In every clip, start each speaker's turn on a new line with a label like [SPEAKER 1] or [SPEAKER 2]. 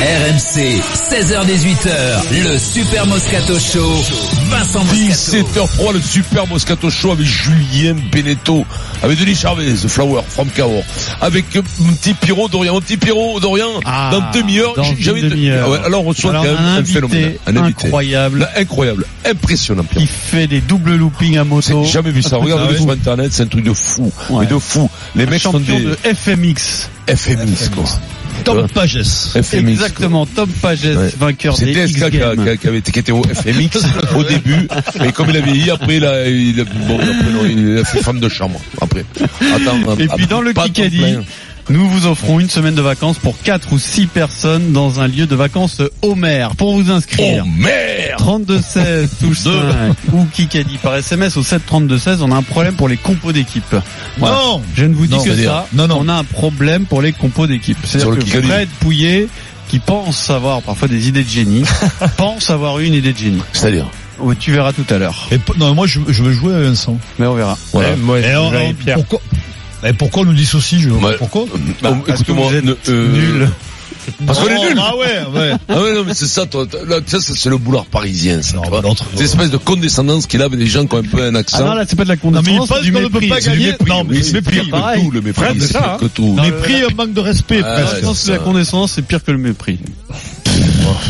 [SPEAKER 1] RMC, 16h18h, le Super Moscato Show. Vincent Moscato.
[SPEAKER 2] 17h03, le Super Moscato Show avec Julien Beneteau, avec Denis Charvet, The Flower, From Cahors, avec euh, Petit Pirot, Dorian. Oh, Petit Pirot, Dorian,
[SPEAKER 3] Ah,
[SPEAKER 2] dans demi-heure,
[SPEAKER 3] dans
[SPEAKER 2] j'ai-
[SPEAKER 3] une
[SPEAKER 2] j'ai envie de-
[SPEAKER 3] demi-heure.
[SPEAKER 2] Ah ouais, alors on reçoit
[SPEAKER 3] Alors,
[SPEAKER 2] quand même
[SPEAKER 3] un
[SPEAKER 2] un,
[SPEAKER 3] invité
[SPEAKER 2] phénomène. Un invité.
[SPEAKER 3] incroyable.
[SPEAKER 2] Là, incroyable. Impressionnant, Pierre.
[SPEAKER 3] qui fait des doubles loopings à moto.
[SPEAKER 2] J'ai jamais vu ça.
[SPEAKER 3] Ah
[SPEAKER 2] Regardez-le
[SPEAKER 3] ouais.
[SPEAKER 2] sur internet, c'est un truc de fou.
[SPEAKER 3] Ouais. Ah,
[SPEAKER 2] Mais de fou. Les mecs sont
[SPEAKER 3] Champion
[SPEAKER 2] des
[SPEAKER 3] de FMX.
[SPEAKER 2] FMX, quoi.
[SPEAKER 4] Tom
[SPEAKER 2] Ouais.
[SPEAKER 4] Pages.
[SPEAKER 2] FMX.
[SPEAKER 3] Exactement, Tom Pages,
[SPEAKER 2] Ouais.
[SPEAKER 3] vainqueur
[SPEAKER 2] C'est
[SPEAKER 3] des X
[SPEAKER 2] TSK qui, a- qui
[SPEAKER 3] Games.
[SPEAKER 2] a- qui avait été qui était au FMX au début, et comme il a vieilli, après il a, il a, bon, après, non, il a fait femme de chambre. Après, attends.
[SPEAKER 3] Et puis dans le
[SPEAKER 2] pas de temps
[SPEAKER 3] Kikadi,
[SPEAKER 2] plein.
[SPEAKER 3] nous vous offrons une semaine de vacances pour 4 ou 6 personnes dans un lieu de vacances Homer. Pour vous
[SPEAKER 2] Oh
[SPEAKER 3] inscrire,
[SPEAKER 2] merde
[SPEAKER 3] 32-16, touche 5, ou Kikadi par SMS au 7-32-16, on a un problème pour les compos d'équipe. Voilà.
[SPEAKER 4] Non.
[SPEAKER 3] Je ne vous dis
[SPEAKER 4] Non,
[SPEAKER 3] que
[SPEAKER 4] c'est-à-dire-
[SPEAKER 3] ça.
[SPEAKER 4] non, non.
[SPEAKER 3] On a un problème pour les compos d'équipe.
[SPEAKER 2] Sur
[SPEAKER 3] C'est-à-dire
[SPEAKER 2] le
[SPEAKER 3] que
[SPEAKER 2] Kikadi.
[SPEAKER 3] Fred Pouillet, qui pense avoir parfois des idées de génie, pense avoir eu une idée de génie.
[SPEAKER 2] C'est-à-dire
[SPEAKER 3] Oh, tu verras tout à l'heure.
[SPEAKER 4] Et p- non, moi je, je veux jouer à Vincent.
[SPEAKER 3] Mais on verra.
[SPEAKER 2] Voilà.
[SPEAKER 4] et on- on- pourquoi et pourquoi on nous dissocie je...
[SPEAKER 2] Ouais.
[SPEAKER 4] Pourquoi
[SPEAKER 2] Bah,
[SPEAKER 3] parce que
[SPEAKER 2] Écoute-moi,
[SPEAKER 3] vous êtes
[SPEAKER 2] ne- euh,
[SPEAKER 3] Nul. Oh,
[SPEAKER 2] Parce qu'on est nul.
[SPEAKER 4] Ah ouais, ouais.
[SPEAKER 2] Ah ouais, non, mais c'est ça, toi, toi, là, ça, ça, c'est le boulard parisien, ça.
[SPEAKER 4] Non,
[SPEAKER 2] tu
[SPEAKER 4] mais
[SPEAKER 2] vois.
[SPEAKER 4] l'autre-
[SPEAKER 2] Cette espèce de condescendance qu'il a avec des gens qui ont un peu un
[SPEAKER 3] bah Ah non,
[SPEAKER 2] accent.
[SPEAKER 3] là, c'est pas de la
[SPEAKER 4] Non mais
[SPEAKER 3] condescendance.
[SPEAKER 4] il pense
[SPEAKER 3] c'est du
[SPEAKER 4] qu'on ne peut
[SPEAKER 3] mépris.
[SPEAKER 4] pas
[SPEAKER 2] C'est du
[SPEAKER 4] gagner.
[SPEAKER 2] mépris,
[SPEAKER 4] Non, mais
[SPEAKER 2] c'est
[SPEAKER 4] c'est
[SPEAKER 2] pire
[SPEAKER 4] pire.
[SPEAKER 2] que
[SPEAKER 3] pareil.
[SPEAKER 2] tout, le mépris,
[SPEAKER 3] Fred, c'est
[SPEAKER 2] c'est
[SPEAKER 3] ça,
[SPEAKER 4] hein.
[SPEAKER 3] hein.
[SPEAKER 2] pire que tout.
[SPEAKER 4] Mépris, un manque de respect.
[SPEAKER 2] Ah,
[SPEAKER 4] presque.
[SPEAKER 3] Je pense que la
[SPEAKER 2] ça.
[SPEAKER 3] condescendance, c'est pire que le mépris.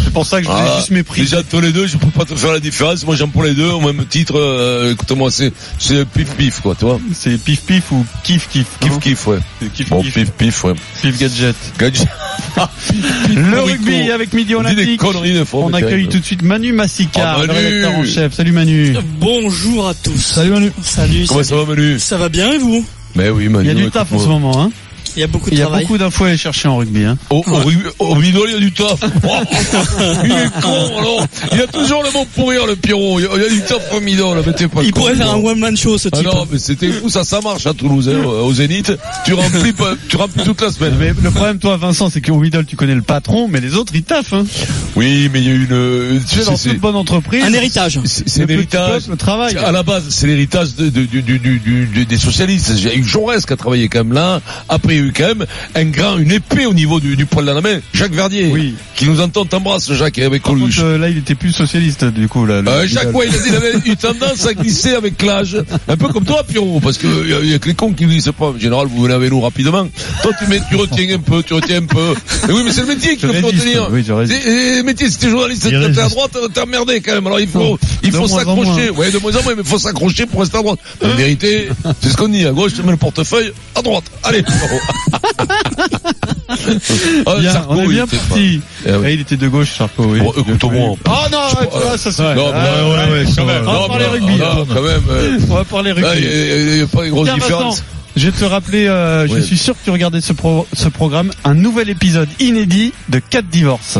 [SPEAKER 3] C'est pour ça que je voulais
[SPEAKER 2] Ah,
[SPEAKER 3] juste mépris.
[SPEAKER 2] Déjà, toi les deux, je peux pas te faire la différence. Moi, j'aime pour les deux, au même titre, euh, écoute-moi, c'est, c'est pif pif, quoi, toi.
[SPEAKER 3] C'est pif pif ou kiff kiff.
[SPEAKER 2] Kiff
[SPEAKER 3] hein.
[SPEAKER 2] kiff, ouais.
[SPEAKER 3] C'est Kiff
[SPEAKER 2] Bon,
[SPEAKER 3] kiff.
[SPEAKER 2] pif pif, ouais.
[SPEAKER 3] Pif gadget.
[SPEAKER 2] Gadget.
[SPEAKER 3] Le
[SPEAKER 2] Rico.
[SPEAKER 3] rugby avec Midi
[SPEAKER 2] Dis des
[SPEAKER 3] Olympique.
[SPEAKER 2] conneries de fois.
[SPEAKER 3] On
[SPEAKER 2] mais
[SPEAKER 3] accueille
[SPEAKER 2] terrible.
[SPEAKER 3] tout de suite Manu Massicard,
[SPEAKER 2] Ah,
[SPEAKER 3] le
[SPEAKER 2] Manu.
[SPEAKER 3] rédacteur en chef. Salut Manu.
[SPEAKER 5] Bonjour à tous.
[SPEAKER 4] Salut Manu.
[SPEAKER 5] Salut.
[SPEAKER 2] Comment
[SPEAKER 5] salut.
[SPEAKER 2] ça va, Manu
[SPEAKER 5] Ça va bien et vous
[SPEAKER 2] Mais oui, Manu.
[SPEAKER 3] Il y a du
[SPEAKER 2] écoute,
[SPEAKER 3] taf en
[SPEAKER 2] moi.
[SPEAKER 3] ce moment. Hein.
[SPEAKER 5] Il y a beaucoup de
[SPEAKER 3] Il y a
[SPEAKER 5] travail.
[SPEAKER 3] beaucoup d'infos à aller chercher en rugby. Hein.
[SPEAKER 2] Au, au, rugby- au bidon, il y a du taf. Oh, il est con, alors. Il a toujours le bon pour rire, le Pierrot. Il y a, il y a du taf au midon, là, mais t'es pas
[SPEAKER 5] Il
[SPEAKER 2] con,
[SPEAKER 5] pourrait faire
[SPEAKER 2] toi.
[SPEAKER 5] un one man show ce
[SPEAKER 2] Ah
[SPEAKER 5] type.
[SPEAKER 2] non, mais c'était fou, ça, ça marche à Toulouse, hein, au Zénith. Tu remplis, pas- tu remplis toute la semaine.
[SPEAKER 3] Mais le problème, toi, Vincent, c'est qu'au middle, tu connais le patron, mais les autres, ils taffent. Hein.
[SPEAKER 2] Oui, mais il y a eu une,
[SPEAKER 3] Tu es dans
[SPEAKER 2] c'est-
[SPEAKER 3] toute bonne entreprise.
[SPEAKER 5] un héritage.
[SPEAKER 2] c'est
[SPEAKER 3] Le
[SPEAKER 2] c'est
[SPEAKER 3] petit
[SPEAKER 2] l'héritage.
[SPEAKER 3] peuple travaille.
[SPEAKER 2] À la base, c'est l'héritage de- de- du- du- du- du- du- des socialistes. Il y a eu Jaurès qui a travaillé quand même là. Après, il y a eu quand même un grand, une épée au niveau du, du poil de la main. Jacques Verdier,
[SPEAKER 3] Oui.
[SPEAKER 2] qui nous entend, t'embrasse, Jacques, et avec
[SPEAKER 3] Par contre,
[SPEAKER 2] Coluche.
[SPEAKER 3] euh, là, il était plus socialiste, du coup. Là, le
[SPEAKER 2] Euh,
[SPEAKER 3] middle.
[SPEAKER 2] Jacques, ouais, il, a- il avait eu tendance à glisser avec l'âge. Un peu comme toi, Pierrot, parce que euh, il y a- il y, a que les cons qui glissent pas. En général, vous venez avec nous rapidement. Toi, tu, mets, tu retiens un peu, tu retiens un peu. Mais oui, mais c'est le métier qu'il
[SPEAKER 3] Je
[SPEAKER 2] faut
[SPEAKER 3] résiste,
[SPEAKER 2] retenir.
[SPEAKER 3] oui, je résiste.
[SPEAKER 2] Et, et, métier, si t'es journaliste,
[SPEAKER 4] Il
[SPEAKER 2] t'es à
[SPEAKER 4] résiste.
[SPEAKER 2] droite, t'es emmerdé quand même. Alors il faut,
[SPEAKER 3] Non,
[SPEAKER 2] il
[SPEAKER 3] de
[SPEAKER 2] faut
[SPEAKER 3] moins en
[SPEAKER 2] s'accrocher. Ouais, de moins en moins, mais il faut s'accrocher pour rester à droite. En vérité, c'est ce qu'on dit. À gauche, tu mets le portefeuille, à droite. Allez. Ah,
[SPEAKER 3] Bien,
[SPEAKER 2] Sarko,
[SPEAKER 3] on est
[SPEAKER 2] il
[SPEAKER 3] bien
[SPEAKER 2] était
[SPEAKER 3] parti.
[SPEAKER 2] Eh oui.
[SPEAKER 3] Eh, Il était de gauche, Sarko. Oui.
[SPEAKER 2] Bon, écoute-moi.
[SPEAKER 3] Ah non, arrête, là, ça c'est.
[SPEAKER 2] Non, mais-
[SPEAKER 4] ouais, ouais, ça va.
[SPEAKER 3] On va
[SPEAKER 2] Non,
[SPEAKER 3] parler
[SPEAKER 2] mais-
[SPEAKER 3] rugby.
[SPEAKER 2] non, Ah, bah, quand même. euh,
[SPEAKER 3] On va parler rugby.
[SPEAKER 2] là, Il n'y a pas de grosse
[SPEAKER 3] Tiens, Vincent,
[SPEAKER 2] différence.
[SPEAKER 3] Je vais te rappeler, euh, je
[SPEAKER 2] Oui.
[SPEAKER 3] suis sûr que tu regardais ce, pro- ce programme, un nouvel épisode inédit de 4 divorces.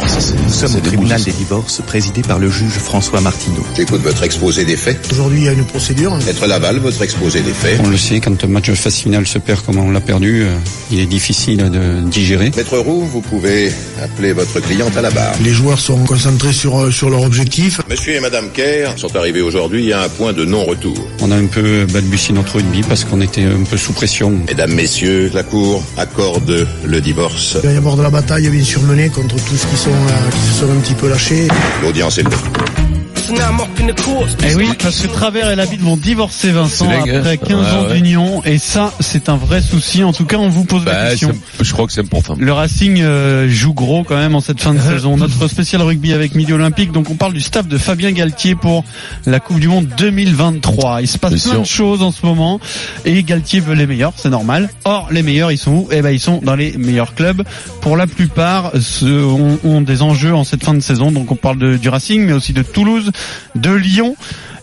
[SPEAKER 4] Oh,
[SPEAKER 6] Nous sommes au tribunal des divorces présidé par le juge François Martineau.
[SPEAKER 7] J'écoute votre exposé des faits.
[SPEAKER 8] Aujourd'hui, il y a une procédure.
[SPEAKER 7] Maître Laval, votre exposé des faits.
[SPEAKER 9] On le sait, quand un match de phase finale se perd comme on l'a perdu, euh, il est difficile de digérer.
[SPEAKER 7] Maître Roux, vous pouvez appeler votre cliente à la barre.
[SPEAKER 8] Les joueurs sont concentrés sur, euh, sur leur objectif.
[SPEAKER 7] Monsieur et Madame Kerr sont arrivés aujourd'hui à un point de non-retour.
[SPEAKER 9] On a un peu balbutié notre rugby parce qu'on était un peu sous pression.
[SPEAKER 7] Mesdames, Messieurs, la Cour accorde le divorce.
[SPEAKER 8] Il va y avoir de la bataille bien sûr menée contre tous qui, sont, euh, qui se sont un petit peu lâchés.
[SPEAKER 7] L'audience est levée.
[SPEAKER 3] Eh oui, parce que Travers et Labide vont divorcer
[SPEAKER 2] C'est
[SPEAKER 3] Vincent
[SPEAKER 2] dingue, hein.
[SPEAKER 3] après 15
[SPEAKER 2] Ouais,
[SPEAKER 3] ans
[SPEAKER 2] ouais.
[SPEAKER 3] d'union et ça c'est un vrai souci. En tout cas, on vous pose la
[SPEAKER 2] Bah,
[SPEAKER 3] question.
[SPEAKER 2] c'est- je crois que c'est important.
[SPEAKER 3] Le Racing euh, joue gros quand même en cette fin de saison. Notre spécial rugby avec Midi Olympique. Donc on parle du staff de Fabien Galtier pour la Coupe du Monde 2023. Il se passe
[SPEAKER 2] Mais si
[SPEAKER 3] plein
[SPEAKER 2] on-
[SPEAKER 3] de choses en ce moment et Galtier veut les meilleurs, c'est normal. Or les meilleurs ils sont où Eh ben ils sont dans les meilleurs clubs. Pour la plupart, ce, ont, ont des enjeux en cette fin de saison. Donc on parle de, du Racing, mais aussi de Toulouse, de Lyon.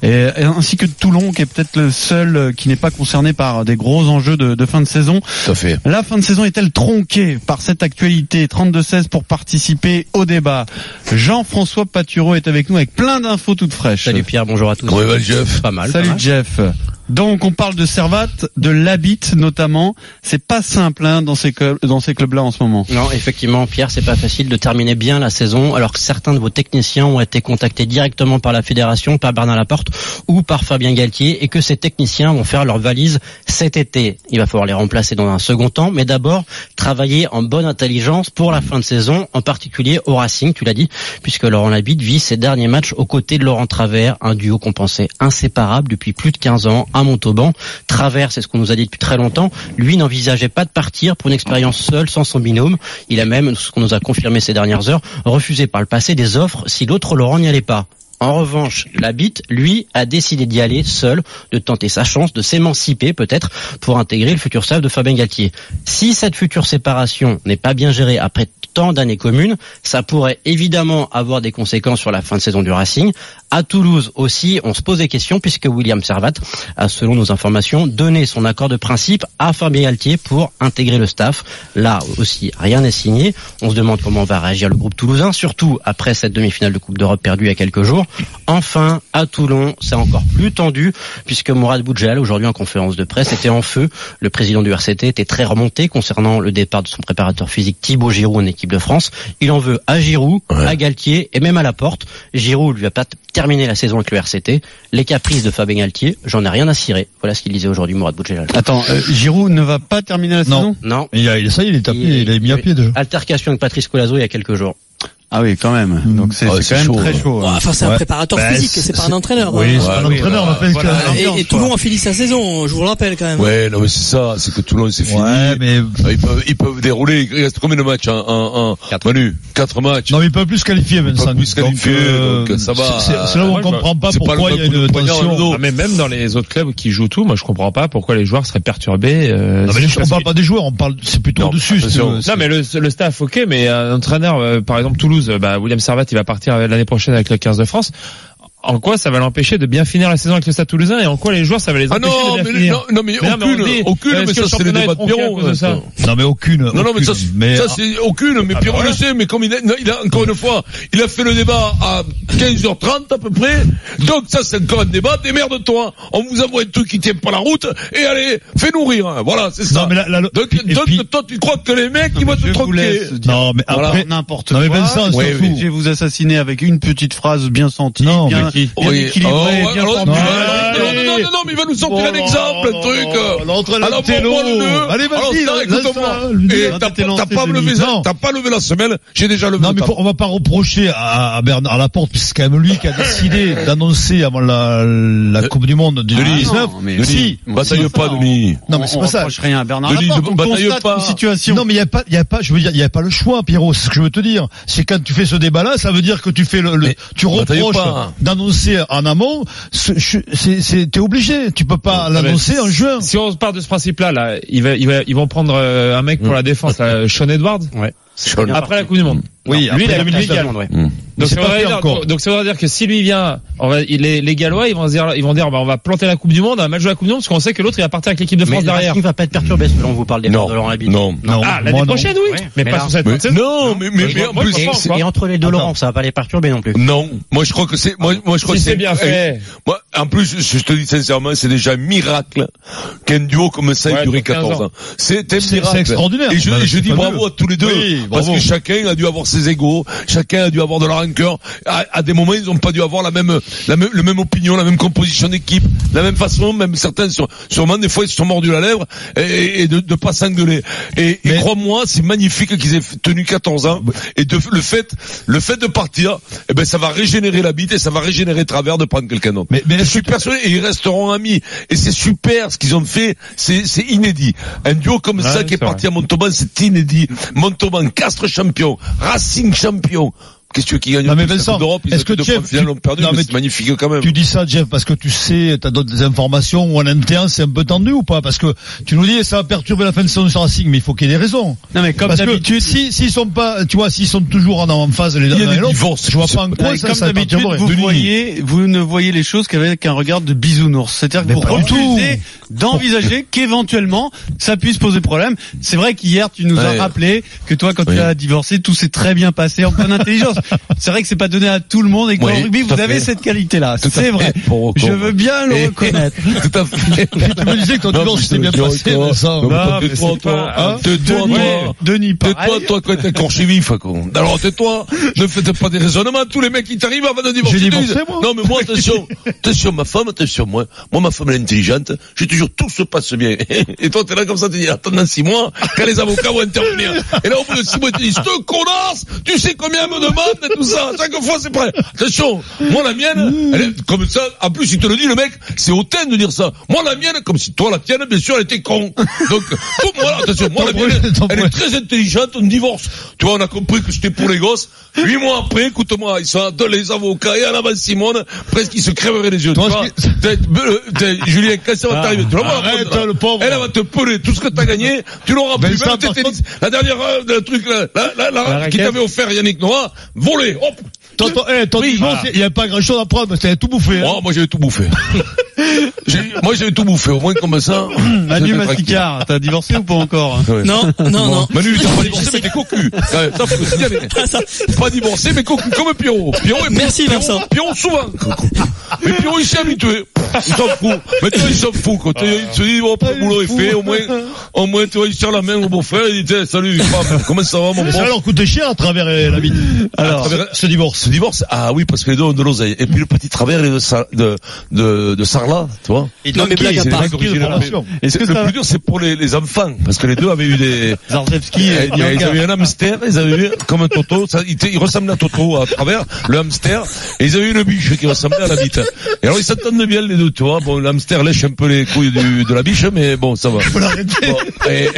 [SPEAKER 3] Et, et ainsi que de Toulon, qui est peut-être le seul euh, qui n'est pas concerné par des gros enjeux de- de fin de saison.
[SPEAKER 2] Tout à fait.
[SPEAKER 3] La fin de saison est-elle tronquée par cette actualité 32-16 pour participer au débat. Jean-François Patureau est avec nous avec plein d'infos toutes fraîches.
[SPEAKER 10] Salut Pierre, bonjour à tous.
[SPEAKER 2] Comment va le bah, Jeff
[SPEAKER 10] Pas mal.
[SPEAKER 3] Salut,
[SPEAKER 10] pas mal.
[SPEAKER 3] Jeff. Donc on parle de Servat, de l'Habit notamment. C'est pas simple hein, dans ces clubs, dans ces clubs-là en ce moment.
[SPEAKER 10] Non, effectivement, Pierre, c'est pas facile de terminer bien la saison, alors que certains de vos techniciens ont été contactés directement par la fédération, par Bernard Laporte ou par Fabien Galtier, et que ces techniciens vont faire leur valise cet été. Il va falloir les remplacer dans un second temps, mais d'abord travailler en bonne intelligence pour la fin de saison, en particulier au Racing, tu l'as dit, puisque Laurent Labitte vit ses derniers matchs aux côtés de Laurent Travers, un duo qu'on pensait inséparable depuis plus de 15 ans à Montauban. Travers, c'est ce qu'on nous a dit depuis très longtemps, lui n'envisageait pas de partir pour une expérience seule, sans son binôme. Il a même, ce qu'on nous a confirmé ces dernières heures, refusé par le passé des offres si l'autre Laurent n'y allait pas. En revanche, Labitte, lui, a décidé d'y aller seul, de tenter sa chance, de s'émanciper peut-être pour intégrer le futur staff de Fabien Galtier. Si cette future séparation n'est pas bien gérée après tant d'années communes, ça pourrait évidemment avoir des conséquences sur la fin de saison du Racing. À Toulouse aussi, on se pose des questions puisque William Servat a, selon nos informations, donné son accord de principe à Fabien Galtier pour intégrer le staff. Là aussi, rien n'est signé. On se demande comment va réagir le groupe toulousain, surtout après cette demi-finale de Coupe d'Europe perdue il y a quelques jours. Enfin, à Toulon, c'est encore plus tendu puisque Mourad Boudjal, aujourd'hui en conférence de presse, était en feu. Le président du RCT était très remonté concernant le départ de son préparateur physique Thibaut Giroud en équipe de France. Il en veut à Giroud, à Galtier et même à Laporte. Giroud lui a pas t- terminé la saison avec le RCT. Les caprices de Fabien Galtier, j'en ai rien à cirer. Voilà ce qu'il disait aujourd'hui Mourad Boudjal.
[SPEAKER 3] Attends, euh, Giroud ne va pas terminer
[SPEAKER 4] Non.
[SPEAKER 3] la saison
[SPEAKER 10] Non.
[SPEAKER 4] Il a, il- ça, il est tapé, il, est mis à pied déjà.
[SPEAKER 10] Altercation avec Patrice Colazo il y a quelques jours.
[SPEAKER 3] Ah oui, quand même.
[SPEAKER 4] Mm.
[SPEAKER 3] Donc c'est
[SPEAKER 2] Ah ouais,
[SPEAKER 3] c'est
[SPEAKER 2] c'est
[SPEAKER 3] quand même
[SPEAKER 2] chaud,
[SPEAKER 3] très
[SPEAKER 2] ouais.
[SPEAKER 3] chaud.
[SPEAKER 5] Bon,
[SPEAKER 3] hein.
[SPEAKER 5] Enfin, c'est un
[SPEAKER 4] Ouais.
[SPEAKER 5] préparateur
[SPEAKER 4] Bah,
[SPEAKER 5] physique,
[SPEAKER 4] c'est-
[SPEAKER 5] c'est pas un entraîneur.
[SPEAKER 4] Oui, c'est
[SPEAKER 5] hein.
[SPEAKER 4] un
[SPEAKER 2] Ouais,
[SPEAKER 4] entraîneur,
[SPEAKER 2] voilà.
[SPEAKER 4] on appelle
[SPEAKER 2] Voilà.
[SPEAKER 4] ça.
[SPEAKER 5] Et- Et, Toulon a fini sa saison, je vous le rappelle quand même.
[SPEAKER 2] Ouais, non mais c'est ça, c'est que Toulon c'est fini.
[SPEAKER 4] Ouais, mais
[SPEAKER 2] Ah, Ils peuvent, ils peuvent dérouler. Il reste combien de matchs en, en, en-
[SPEAKER 10] Quatre.
[SPEAKER 2] Manu, quatre matchs.
[SPEAKER 4] non, mais il peut plus se qualifier, Vincent.
[SPEAKER 2] plus se qualifier,
[SPEAKER 4] euh,
[SPEAKER 2] donc ça va.
[SPEAKER 4] C'est c'est là où on
[SPEAKER 2] Ouais,
[SPEAKER 4] comprend pas
[SPEAKER 2] c'est pas
[SPEAKER 4] pourquoi
[SPEAKER 2] le
[SPEAKER 4] il y a
[SPEAKER 2] coup de
[SPEAKER 4] une
[SPEAKER 2] poignard dans le
[SPEAKER 4] tension.
[SPEAKER 2] dos.
[SPEAKER 11] Ah, mais même dans les autres clubs qui jouent tout, moi je comprends pas pourquoi les joueurs seraient perturbés. euh,
[SPEAKER 4] Non, mais
[SPEAKER 11] si-
[SPEAKER 4] les- on
[SPEAKER 11] parce
[SPEAKER 4] parle
[SPEAKER 11] que-
[SPEAKER 4] pas des joueurs, on parle, c'est plutôt
[SPEAKER 2] Non,
[SPEAKER 4] dessus. si tu
[SPEAKER 2] attention.
[SPEAKER 4] veux.
[SPEAKER 11] Non, mais le, le staff ok, mais un entraîneur, euh, par exemple Toulouse, euh, bah, William Servat, il va partir euh, l'année prochaine avec le 15 de France. En quoi ça va l'empêcher de bien finir la saison avec le Stade Toulousain et en quoi les joueurs ça va les
[SPEAKER 2] Ah
[SPEAKER 11] empêcher
[SPEAKER 2] non,
[SPEAKER 11] de bien
[SPEAKER 2] mais,
[SPEAKER 11] finir
[SPEAKER 2] non, non, mais
[SPEAKER 11] Mais non, mais
[SPEAKER 2] aucune,
[SPEAKER 11] on dit,
[SPEAKER 2] aucune,
[SPEAKER 11] est-ce
[SPEAKER 2] mais
[SPEAKER 11] que le
[SPEAKER 2] ça c'est les
[SPEAKER 11] championnat
[SPEAKER 2] débats
[SPEAKER 11] est
[SPEAKER 2] de
[SPEAKER 11] tronqué à
[SPEAKER 2] Pierrot.
[SPEAKER 11] cause de ça
[SPEAKER 2] euh,
[SPEAKER 4] Non, mais aucune.
[SPEAKER 2] Non, non, mais ça,
[SPEAKER 4] aucune.
[SPEAKER 2] c'est-
[SPEAKER 4] Mais,
[SPEAKER 2] ça c'est aucune, mais
[SPEAKER 4] Ah,
[SPEAKER 2] Pierrot
[SPEAKER 4] voilà.
[SPEAKER 2] le sait, mais comme il a, non, il a, encore une fois, il a fait le débat à 15h30 à peu près, donc ça c'est encore un débat, démerde-toi, on vous envoie un truc qui tient pas la route, et allez, fais nourrir, hein. voilà, c'est ça.
[SPEAKER 4] Non, mais la- la-
[SPEAKER 2] donc,
[SPEAKER 4] et
[SPEAKER 2] donc,
[SPEAKER 4] puis-
[SPEAKER 2] toi tu crois que les mecs, ils vont te
[SPEAKER 3] Je vous
[SPEAKER 2] troquer.
[SPEAKER 3] laisse dire
[SPEAKER 4] non, mais
[SPEAKER 2] Voilà.
[SPEAKER 4] après,
[SPEAKER 3] n'importe
[SPEAKER 4] Non,
[SPEAKER 3] quoi.
[SPEAKER 4] mais Vincent,
[SPEAKER 3] Et
[SPEAKER 2] oui,
[SPEAKER 3] puis,
[SPEAKER 2] oui.
[SPEAKER 3] Je vais vous assassiner avec une petite phrase bien sentie,
[SPEAKER 4] Non,
[SPEAKER 3] bien,
[SPEAKER 4] mais qui-
[SPEAKER 3] bien
[SPEAKER 2] Oui.
[SPEAKER 3] équilibrée,
[SPEAKER 2] Oh, ouais,
[SPEAKER 3] bien
[SPEAKER 2] alors,
[SPEAKER 3] formulée.
[SPEAKER 2] tu vas- non, non, non, non, mais il va nous sortir
[SPEAKER 4] Oh,
[SPEAKER 2] un exemple, un truc. euh, Alors pour moi, le nœud-
[SPEAKER 4] Allez,
[SPEAKER 2] alors,
[SPEAKER 4] vas-y,
[SPEAKER 2] ça, écoute-moi. Et
[SPEAKER 4] écoute-moi.
[SPEAKER 2] t'as t'as pas levé,
[SPEAKER 4] Non.
[SPEAKER 2] t'as pas levé la semelle. J'ai déjà levé.
[SPEAKER 4] Non,
[SPEAKER 2] le
[SPEAKER 4] mais
[SPEAKER 2] tapis.
[SPEAKER 4] faut- on va pas reprocher à, à Bernard Laporte, puisque c'est quand même lui qui a décidé d'annoncer avant la, la Coupe du Monde du
[SPEAKER 2] Denis,
[SPEAKER 4] 19.
[SPEAKER 3] Ah non, mais-
[SPEAKER 4] si.
[SPEAKER 3] Denis,
[SPEAKER 2] Bataille pas, Denis.
[SPEAKER 4] Non, mais c'est
[SPEAKER 3] On
[SPEAKER 4] pas ça.
[SPEAKER 3] reproche rien à Bernard
[SPEAKER 2] Denis,
[SPEAKER 3] Laporte,
[SPEAKER 2] ne
[SPEAKER 3] on
[SPEAKER 2] bataille
[SPEAKER 3] constate
[SPEAKER 2] pas.
[SPEAKER 3] une situation.
[SPEAKER 4] Non, mais il y a pas, il y a pas, je veux dire, il y a pas le choix, Pierrot. C'est ce que je veux te dire. C'est quand tu fais ce débat-là, ça veut dire que tu fais le, le-
[SPEAKER 2] Mais
[SPEAKER 4] tu
[SPEAKER 2] bataille
[SPEAKER 4] reproches
[SPEAKER 2] pas.
[SPEAKER 4] d'annoncer en amont. Ce- je- C'est, c'est, t'es obligé. Tu peux pas l'annoncer en juin.
[SPEAKER 11] Si on part de ce principe-là, là, il va, il va- ils vont prendre euh, un mec pour la défense, là, Sean Edwards, après la Coupe du Monde.
[SPEAKER 4] Oui,
[SPEAKER 11] lui, il a
[SPEAKER 4] après
[SPEAKER 11] eu
[SPEAKER 4] la
[SPEAKER 11] le
[SPEAKER 4] Coupe du
[SPEAKER 11] Légal.
[SPEAKER 10] Monde, ouais.
[SPEAKER 11] Donc ça
[SPEAKER 4] c'est pas
[SPEAKER 11] voudrait
[SPEAKER 4] fait
[SPEAKER 11] dire,
[SPEAKER 4] encore.
[SPEAKER 11] donc ça voudrait dire que si lui vient, on va- il- les, les Gallois ils vont se dire, ils vont dire, bah on va planter la Coupe du Monde, un match de la Coupe du Monde, parce qu'on sait que l'autre il va partir avec l'équipe de
[SPEAKER 10] Mais
[SPEAKER 11] France
[SPEAKER 10] le
[SPEAKER 11] derrière.
[SPEAKER 10] Racing va pas être perturbé selon vous parle des
[SPEAKER 2] Non,
[SPEAKER 10] de Laurent Labitte.
[SPEAKER 2] non.
[SPEAKER 4] Non,
[SPEAKER 11] Ah
[SPEAKER 4] moi,
[SPEAKER 11] l'année
[SPEAKER 4] non.
[SPEAKER 11] prochaine oui, mais,
[SPEAKER 10] Mais
[SPEAKER 11] pas
[SPEAKER 10] là-
[SPEAKER 11] sur cette
[SPEAKER 2] Mais-
[SPEAKER 11] fin de saison.
[SPEAKER 2] non, mais, mais,
[SPEAKER 11] Mais
[SPEAKER 2] mais
[SPEAKER 11] moi,
[SPEAKER 2] en
[SPEAKER 11] moi,
[SPEAKER 2] plus,
[SPEAKER 11] je pense
[SPEAKER 2] c'est-
[SPEAKER 11] pas.
[SPEAKER 10] Et entre les deux
[SPEAKER 11] Attends.
[SPEAKER 10] Laurent, ça va pas les perturber non plus.
[SPEAKER 2] non, moi je crois que c'est, moi, moi je crois
[SPEAKER 11] Si
[SPEAKER 2] que
[SPEAKER 11] c'est bien fait.
[SPEAKER 2] Moi, en plus, je je te dis sincèrement, c'est déjà un miracle qu'un duo comme ça ait
[SPEAKER 11] Ouais,
[SPEAKER 2] duré
[SPEAKER 11] pour 15
[SPEAKER 2] 14 ans.
[SPEAKER 11] ans.
[SPEAKER 2] C'est un
[SPEAKER 4] C'est-
[SPEAKER 2] miracle.
[SPEAKER 4] c'est extraordinaire.
[SPEAKER 2] Et je,
[SPEAKER 4] Bah,
[SPEAKER 2] et je
[SPEAKER 4] c'est
[SPEAKER 2] dis
[SPEAKER 4] fabuleux.
[SPEAKER 2] bravo à tous les deux.
[SPEAKER 4] Oui,
[SPEAKER 2] parce
[SPEAKER 4] bravo.
[SPEAKER 2] que chacun a dû avoir ses égaux, chacun a dû avoir de la rancœur. À, à des moments, ils n'ont pas dû avoir la même, la même, le même opinion, la même composition d'équipe, la même façon, même certains sont, sûrement des fois ils se sont mordus la lèvre et, et de, de pas s'engueuler. Et, et
[SPEAKER 4] Mais-
[SPEAKER 2] crois-moi, c'est magnifique qu'ils aient tenu 14 ans. Et de, le fait, le fait de partir, eh ben, ça va régénérer la bite et ça va régénérer travers de prendre quelqu'un d'autre.
[SPEAKER 4] Mais, mais
[SPEAKER 2] Je suis persuadé, et ils resteront amis. Et c'est super ce qu'ils ont fait, c'est c'est inédit. Un duo comme ça qui
[SPEAKER 11] c'est vrai.
[SPEAKER 2] est parti à Montauban, c'est inédit. Montauban, Castres champion, Racing champion. Qu'est-ce que tu veux qu'ils gagnent
[SPEAKER 4] Non, mais
[SPEAKER 2] plus la
[SPEAKER 4] Vincent,
[SPEAKER 2] Coupe d'Europe, ils
[SPEAKER 4] est-ce
[SPEAKER 2] ont
[SPEAKER 4] que
[SPEAKER 2] fait deux
[SPEAKER 4] Jeff,
[SPEAKER 2] fois en finale,
[SPEAKER 4] tu-
[SPEAKER 2] ont perdu,
[SPEAKER 4] non,
[SPEAKER 2] mais
[SPEAKER 4] mais
[SPEAKER 2] c'est
[SPEAKER 4] tu-
[SPEAKER 2] magnifique quand même.
[SPEAKER 4] Tu dis ça, Jeff, parce que tu sais, t'as d'autres informations ou en interne, c'est un peu tendu ou pas Parce que tu nous dis ça va perturber la fin de saison sur Racing, mais il faut qu'il y ait des raisons.
[SPEAKER 3] Non, mais comme
[SPEAKER 4] Parce que
[SPEAKER 3] d'habitude,
[SPEAKER 4] si s'ils sont pas, tu vois, s'ils sont toujours en, en phase les
[SPEAKER 2] Il y a
[SPEAKER 4] uns
[SPEAKER 2] des
[SPEAKER 4] et l'autre,
[SPEAKER 2] divorces,
[SPEAKER 4] je vois
[SPEAKER 2] c'est-
[SPEAKER 4] pas en
[SPEAKER 3] Ouais,
[SPEAKER 4] quoi ça,
[SPEAKER 3] Bah, comme
[SPEAKER 4] ça va
[SPEAKER 3] d'habitude,
[SPEAKER 4] perturber.
[SPEAKER 3] vous
[SPEAKER 4] Denis.
[SPEAKER 3] voyez, vous ne voyez les choses qu'avec un regard de bisounours. C'est-à-dire que
[SPEAKER 4] Mais
[SPEAKER 3] vous
[SPEAKER 4] pas du
[SPEAKER 3] refusez d'envisager qu'éventuellement ça puisse poser problème. C'est vrai qu'hier tu nous
[SPEAKER 2] Ouais.
[SPEAKER 3] as rappelé que toi, quand
[SPEAKER 2] Oui.
[SPEAKER 3] tu as divorcé, tout s'est très bien passé en bonne intelligence. c'est vrai que c'est pas donné à tout le monde et qu'en
[SPEAKER 2] Oui,
[SPEAKER 3] rugby,
[SPEAKER 2] tout
[SPEAKER 3] vous
[SPEAKER 2] à
[SPEAKER 3] avez
[SPEAKER 2] fait.
[SPEAKER 3] cette qualité-là.
[SPEAKER 2] Tout à
[SPEAKER 3] C'est vrai.
[SPEAKER 2] fait, pour
[SPEAKER 3] Je
[SPEAKER 2] Rocco.
[SPEAKER 3] veux bien le
[SPEAKER 2] Et-
[SPEAKER 3] reconnaître.
[SPEAKER 2] Tout à fait.
[SPEAKER 4] Tu me disais que ton
[SPEAKER 2] Non,
[SPEAKER 4] dimanche s'était bien
[SPEAKER 2] putain,
[SPEAKER 4] passé,
[SPEAKER 2] toi,
[SPEAKER 4] Vincent.
[SPEAKER 2] non, mais
[SPEAKER 3] bah,
[SPEAKER 11] Non,
[SPEAKER 2] toi,
[SPEAKER 11] mais
[SPEAKER 2] Tais-toi,
[SPEAKER 11] c'est pas-
[SPEAKER 2] toi. hein.
[SPEAKER 11] hein.
[SPEAKER 2] Tais-toi,
[SPEAKER 11] Denis,
[SPEAKER 2] toi.
[SPEAKER 3] Denis, pareil.
[SPEAKER 2] Tais-toi, toi, quand t'es corché vif, con. Alors, tais-toi. Ne faites pas des raisonnements. Tous les mecs qui t'arrivent avant de divorcer.
[SPEAKER 4] J'ai
[SPEAKER 2] ils
[SPEAKER 4] divorcé,
[SPEAKER 2] disent,
[SPEAKER 4] moi.
[SPEAKER 2] Non, mais moi, attention. Attention, ma femme, attention, moi. Moi, ma femme, elle est intelligente. J'ai toujours tout se passe bien. Et toi, t'es là comme ça, tu dis, attends dans six mois, quand les avocats vont intervenir. Et là, au bout de six mois, tu dis, te connasse, tu sais combien elle me demande, et tout ça. Chaque fois, c'est prêt. Attention. Moi, la mienne, elle est comme ça. En plus, il te le dit, le mec, c'est hautain de dire ça. Moi, la mienne, comme si toi, la tienne, bien sûr, elle était con. Donc, tout, voilà, attention, moi, la
[SPEAKER 4] Ton
[SPEAKER 2] mienne,
[SPEAKER 4] projet, ton
[SPEAKER 2] elle est
[SPEAKER 4] projet.
[SPEAKER 2] très intelligente, on divorce. Tu vois, on a compris que c'était pour les gosses. Huit mois après, écoute-moi, ils sont à deux, les avocats et en avant Simone, presque ils se crèveraient les yeux. Tu
[SPEAKER 4] Toi,
[SPEAKER 2] vois,
[SPEAKER 4] ce qui- Ah,
[SPEAKER 2] T'es- euh, t'es- Julien, quand ça va t'arriver, tu vas voir la
[SPEAKER 4] arrête,
[SPEAKER 2] faute, là.
[SPEAKER 4] le pauvre.
[SPEAKER 2] Elle elle va te peler tout ce que t'as gagné, tu l'auras plus.
[SPEAKER 4] Vincent,
[SPEAKER 2] Même tes
[SPEAKER 4] par
[SPEAKER 2] tennis, la dernière, euh, le truc, là, la, la, la-
[SPEAKER 11] La
[SPEAKER 2] qui
[SPEAKER 11] raquette.
[SPEAKER 2] t'avait offert Yannick Noah, volé, hop.
[SPEAKER 4] Ton, ton, eh, ton
[SPEAKER 2] Oui,
[SPEAKER 4] dimanche,
[SPEAKER 2] voilà.
[SPEAKER 4] il n'y a pas grand chose à prendre, t'avais tout bouffé. hein.
[SPEAKER 3] Oh,
[SPEAKER 2] Oh, Moi, moi, j'avais tout bouffé. J'ai- moi, j'avais tout bouffé, au moins comme ça.
[SPEAKER 3] Manu
[SPEAKER 2] j'étais tranquille.
[SPEAKER 3] Masticard, t'as divorcé ou pas encore hein
[SPEAKER 2] Ouais.
[SPEAKER 5] Non, non, non.
[SPEAKER 2] Manu, t'as pas divorcé,
[SPEAKER 5] Je sais
[SPEAKER 2] mais t'es cocu. Ouais, Ça, faut le signaler.
[SPEAKER 5] pas Ah, ça.
[SPEAKER 2] Pas divorcé, mais cocu, comme Pierrot. Pierrot est
[SPEAKER 5] Merci,
[SPEAKER 2] Pierrot-
[SPEAKER 5] Vincent.
[SPEAKER 2] Pierrot, souvent. Mais Pierrot, il s'est habitué. Il s'en fout. Maintenant, il s'en fout, quoi. Tu vois, Il se dit, oh, le boulot est fait, au moins, au moins, tu vois, il serre la main au beau-frère, il dit, eh, salut, femme, comment ça va, mon
[SPEAKER 4] Ça va
[SPEAKER 2] bon?
[SPEAKER 4] leur coûter cher à travers euh, la vie.
[SPEAKER 3] Alors,
[SPEAKER 2] travers-
[SPEAKER 4] ce divorce.
[SPEAKER 2] Ce divorce, ah oui, parce que les deux ont de l'oseille. Et puis le petit travers il est de, Sa- de, de, de Sarlat, tu vois.
[SPEAKER 5] Non, mais blague à
[SPEAKER 2] C'est
[SPEAKER 5] part.
[SPEAKER 2] les mecs originaux.
[SPEAKER 4] formation.
[SPEAKER 2] Mais
[SPEAKER 3] Est-ce
[SPEAKER 2] c'est-
[SPEAKER 3] que ça
[SPEAKER 2] Le
[SPEAKER 3] va
[SPEAKER 2] plus dur, c'est pour les, les enfants, parce que les deux avaient eu des, Eh,
[SPEAKER 3] Zarzewski et
[SPEAKER 2] eh, ils
[SPEAKER 3] Nyanga.
[SPEAKER 2] avaient eu un hamster, ils avaient eu comme un Toto, ça, il, était- il ressemblait à Toto à travers le hamster, et ils avaient eu le biche qui ressemblait à la bite. Et alors ils s'entendent bien les deux, tu vois. Bon, le hamster lèche un peu les couilles du- de la biche, mais bon, ça va. Bon, et-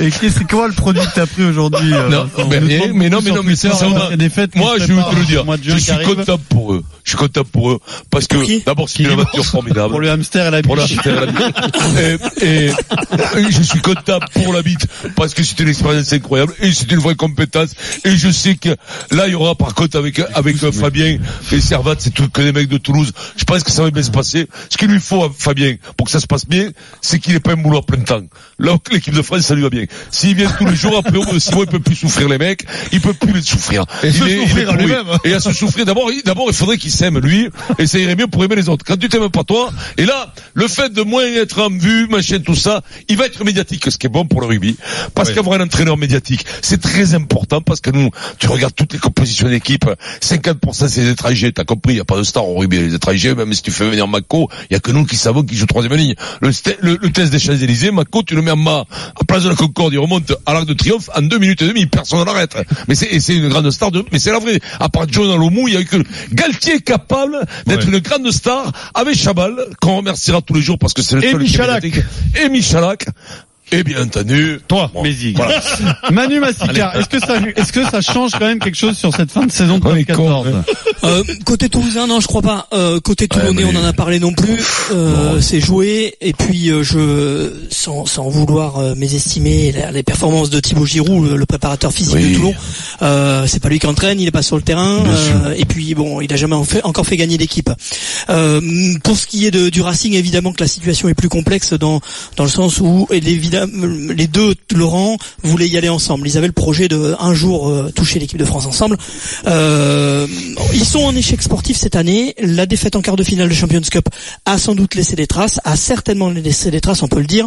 [SPEAKER 3] Et qu'est- c'est quoi le produit que t'as pris aujourd'hui euh,
[SPEAKER 2] non,
[SPEAKER 3] Vincent
[SPEAKER 2] ben,
[SPEAKER 3] On nous
[SPEAKER 2] eh,
[SPEAKER 3] demande
[SPEAKER 2] mais non, mais
[SPEAKER 3] plus sur
[SPEAKER 2] non, mais
[SPEAKER 3] Twitter,
[SPEAKER 2] ça, ça,
[SPEAKER 3] on
[SPEAKER 2] on
[SPEAKER 3] a
[SPEAKER 2] a-
[SPEAKER 3] des fêtes qui
[SPEAKER 2] Moi,
[SPEAKER 3] se
[SPEAKER 2] je vais te
[SPEAKER 3] préparent
[SPEAKER 2] le
[SPEAKER 3] au
[SPEAKER 2] dire.
[SPEAKER 3] mois de juin
[SPEAKER 2] Je
[SPEAKER 3] qui
[SPEAKER 2] suis
[SPEAKER 3] arrive.
[SPEAKER 2] content pour eux. Je suis content pour eux parce que
[SPEAKER 5] Pour qui
[SPEAKER 2] d'abord c'est une aventure formidable.
[SPEAKER 3] Pour le hamster et la
[SPEAKER 2] pour la
[SPEAKER 3] biche.
[SPEAKER 2] et, et- et je suis comptable pour la bite parce que c'était une expérience incroyable et c'est une vraie compétence et je sais que là il y aura par contre avec avec euh, Fabien et Servat c'est tout que des mecs de Toulouse je pense que ça va bien se passer ce qu'il lui faut à Fabien pour que ça se passe bien c'est qu'il n'ait pas un boulot à plein temps là l'équipe de France ça lui va bien s'il vient tous les jours après au bout de six mois il peut plus souffrir les mecs il peut plus les souffrir
[SPEAKER 4] Et se souffrir à
[SPEAKER 2] pourri.
[SPEAKER 4] lui-même. hein.
[SPEAKER 2] Et à se souffrir. D'abord, il- d'abord, il faudrait qu'il s'aime lui, et ça irait mieux pour aimer les autres. Quand tu t'aimes pas toi, et là, le fait de moins être en vue, machin, tout ça, il va être médiatique, ce qui est bon pour le rugby. Parce qu'avoir un entraîneur médiatique, c'est très important, parce que nous, tu regardes toutes les compositions d'équipe, 50% c'est des étrangers, t'as compris, il n'y a pas de star au rugby, les étrangers, même si tu fais venir Mako, il y a que nous qui savons qui joue troisième ligne. Le, st- le, le test des Champs-Élysées, Mako, tu le mets en bas, à place de la Concorde, il remonte à l'Arc de Triomphe, en deux minutes et demie, personne ne l'arrête. Mais c'est, et c'est une grande star de, mais c'est la vraie. À part John Alomou, il y a eu que Galtier est capable d'être une grande star avec Chabal, qu'on remerciera tous les jours parce que c'est le
[SPEAKER 4] Et
[SPEAKER 2] seul qui est
[SPEAKER 4] Michalak.
[SPEAKER 2] médiatique. Et Michalak. Et bien entendu.
[SPEAKER 4] Toi.
[SPEAKER 2] Bon,
[SPEAKER 3] Mézig.
[SPEAKER 2] voilà.
[SPEAKER 3] Manu Masticard, est-ce que ça, est-ce que ça change quand même quelque chose sur cette fin de saison de
[SPEAKER 2] On est hein.
[SPEAKER 3] 2014
[SPEAKER 5] Euh, côté toulousain, non, je crois pas. Euh, côté toulonnais,
[SPEAKER 2] Ouais, mais-
[SPEAKER 5] on en a parlé non plus. Euh, C'est joué. Et puis, euh, je, sans, sans vouloir euh, mésestimer la- les performances de Thibaut Giroud, le, le préparateur physique
[SPEAKER 2] Oui.
[SPEAKER 5] de Toulon, euh, c'est pas lui qui entraîne, il est pas sur le terrain.
[SPEAKER 2] Bien sûr.
[SPEAKER 5] Euh, et puis, bon, il a jamais en fait- encore fait gagner l'équipe. Euh, pour ce qui est de, du Racing, évidemment que la situation est plus complexe dans, dans le sens où et évidemment, les deux, Laurent, voulaient y aller ensemble. Ils avaient le projet de un jour euh, toucher l'équipe de France ensemble. Euh, ils sont en échec sportif cette année. La défaite en quart de finale de Champions Cup a sans doute laissé des traces, a certainement laissé des traces, on peut le dire.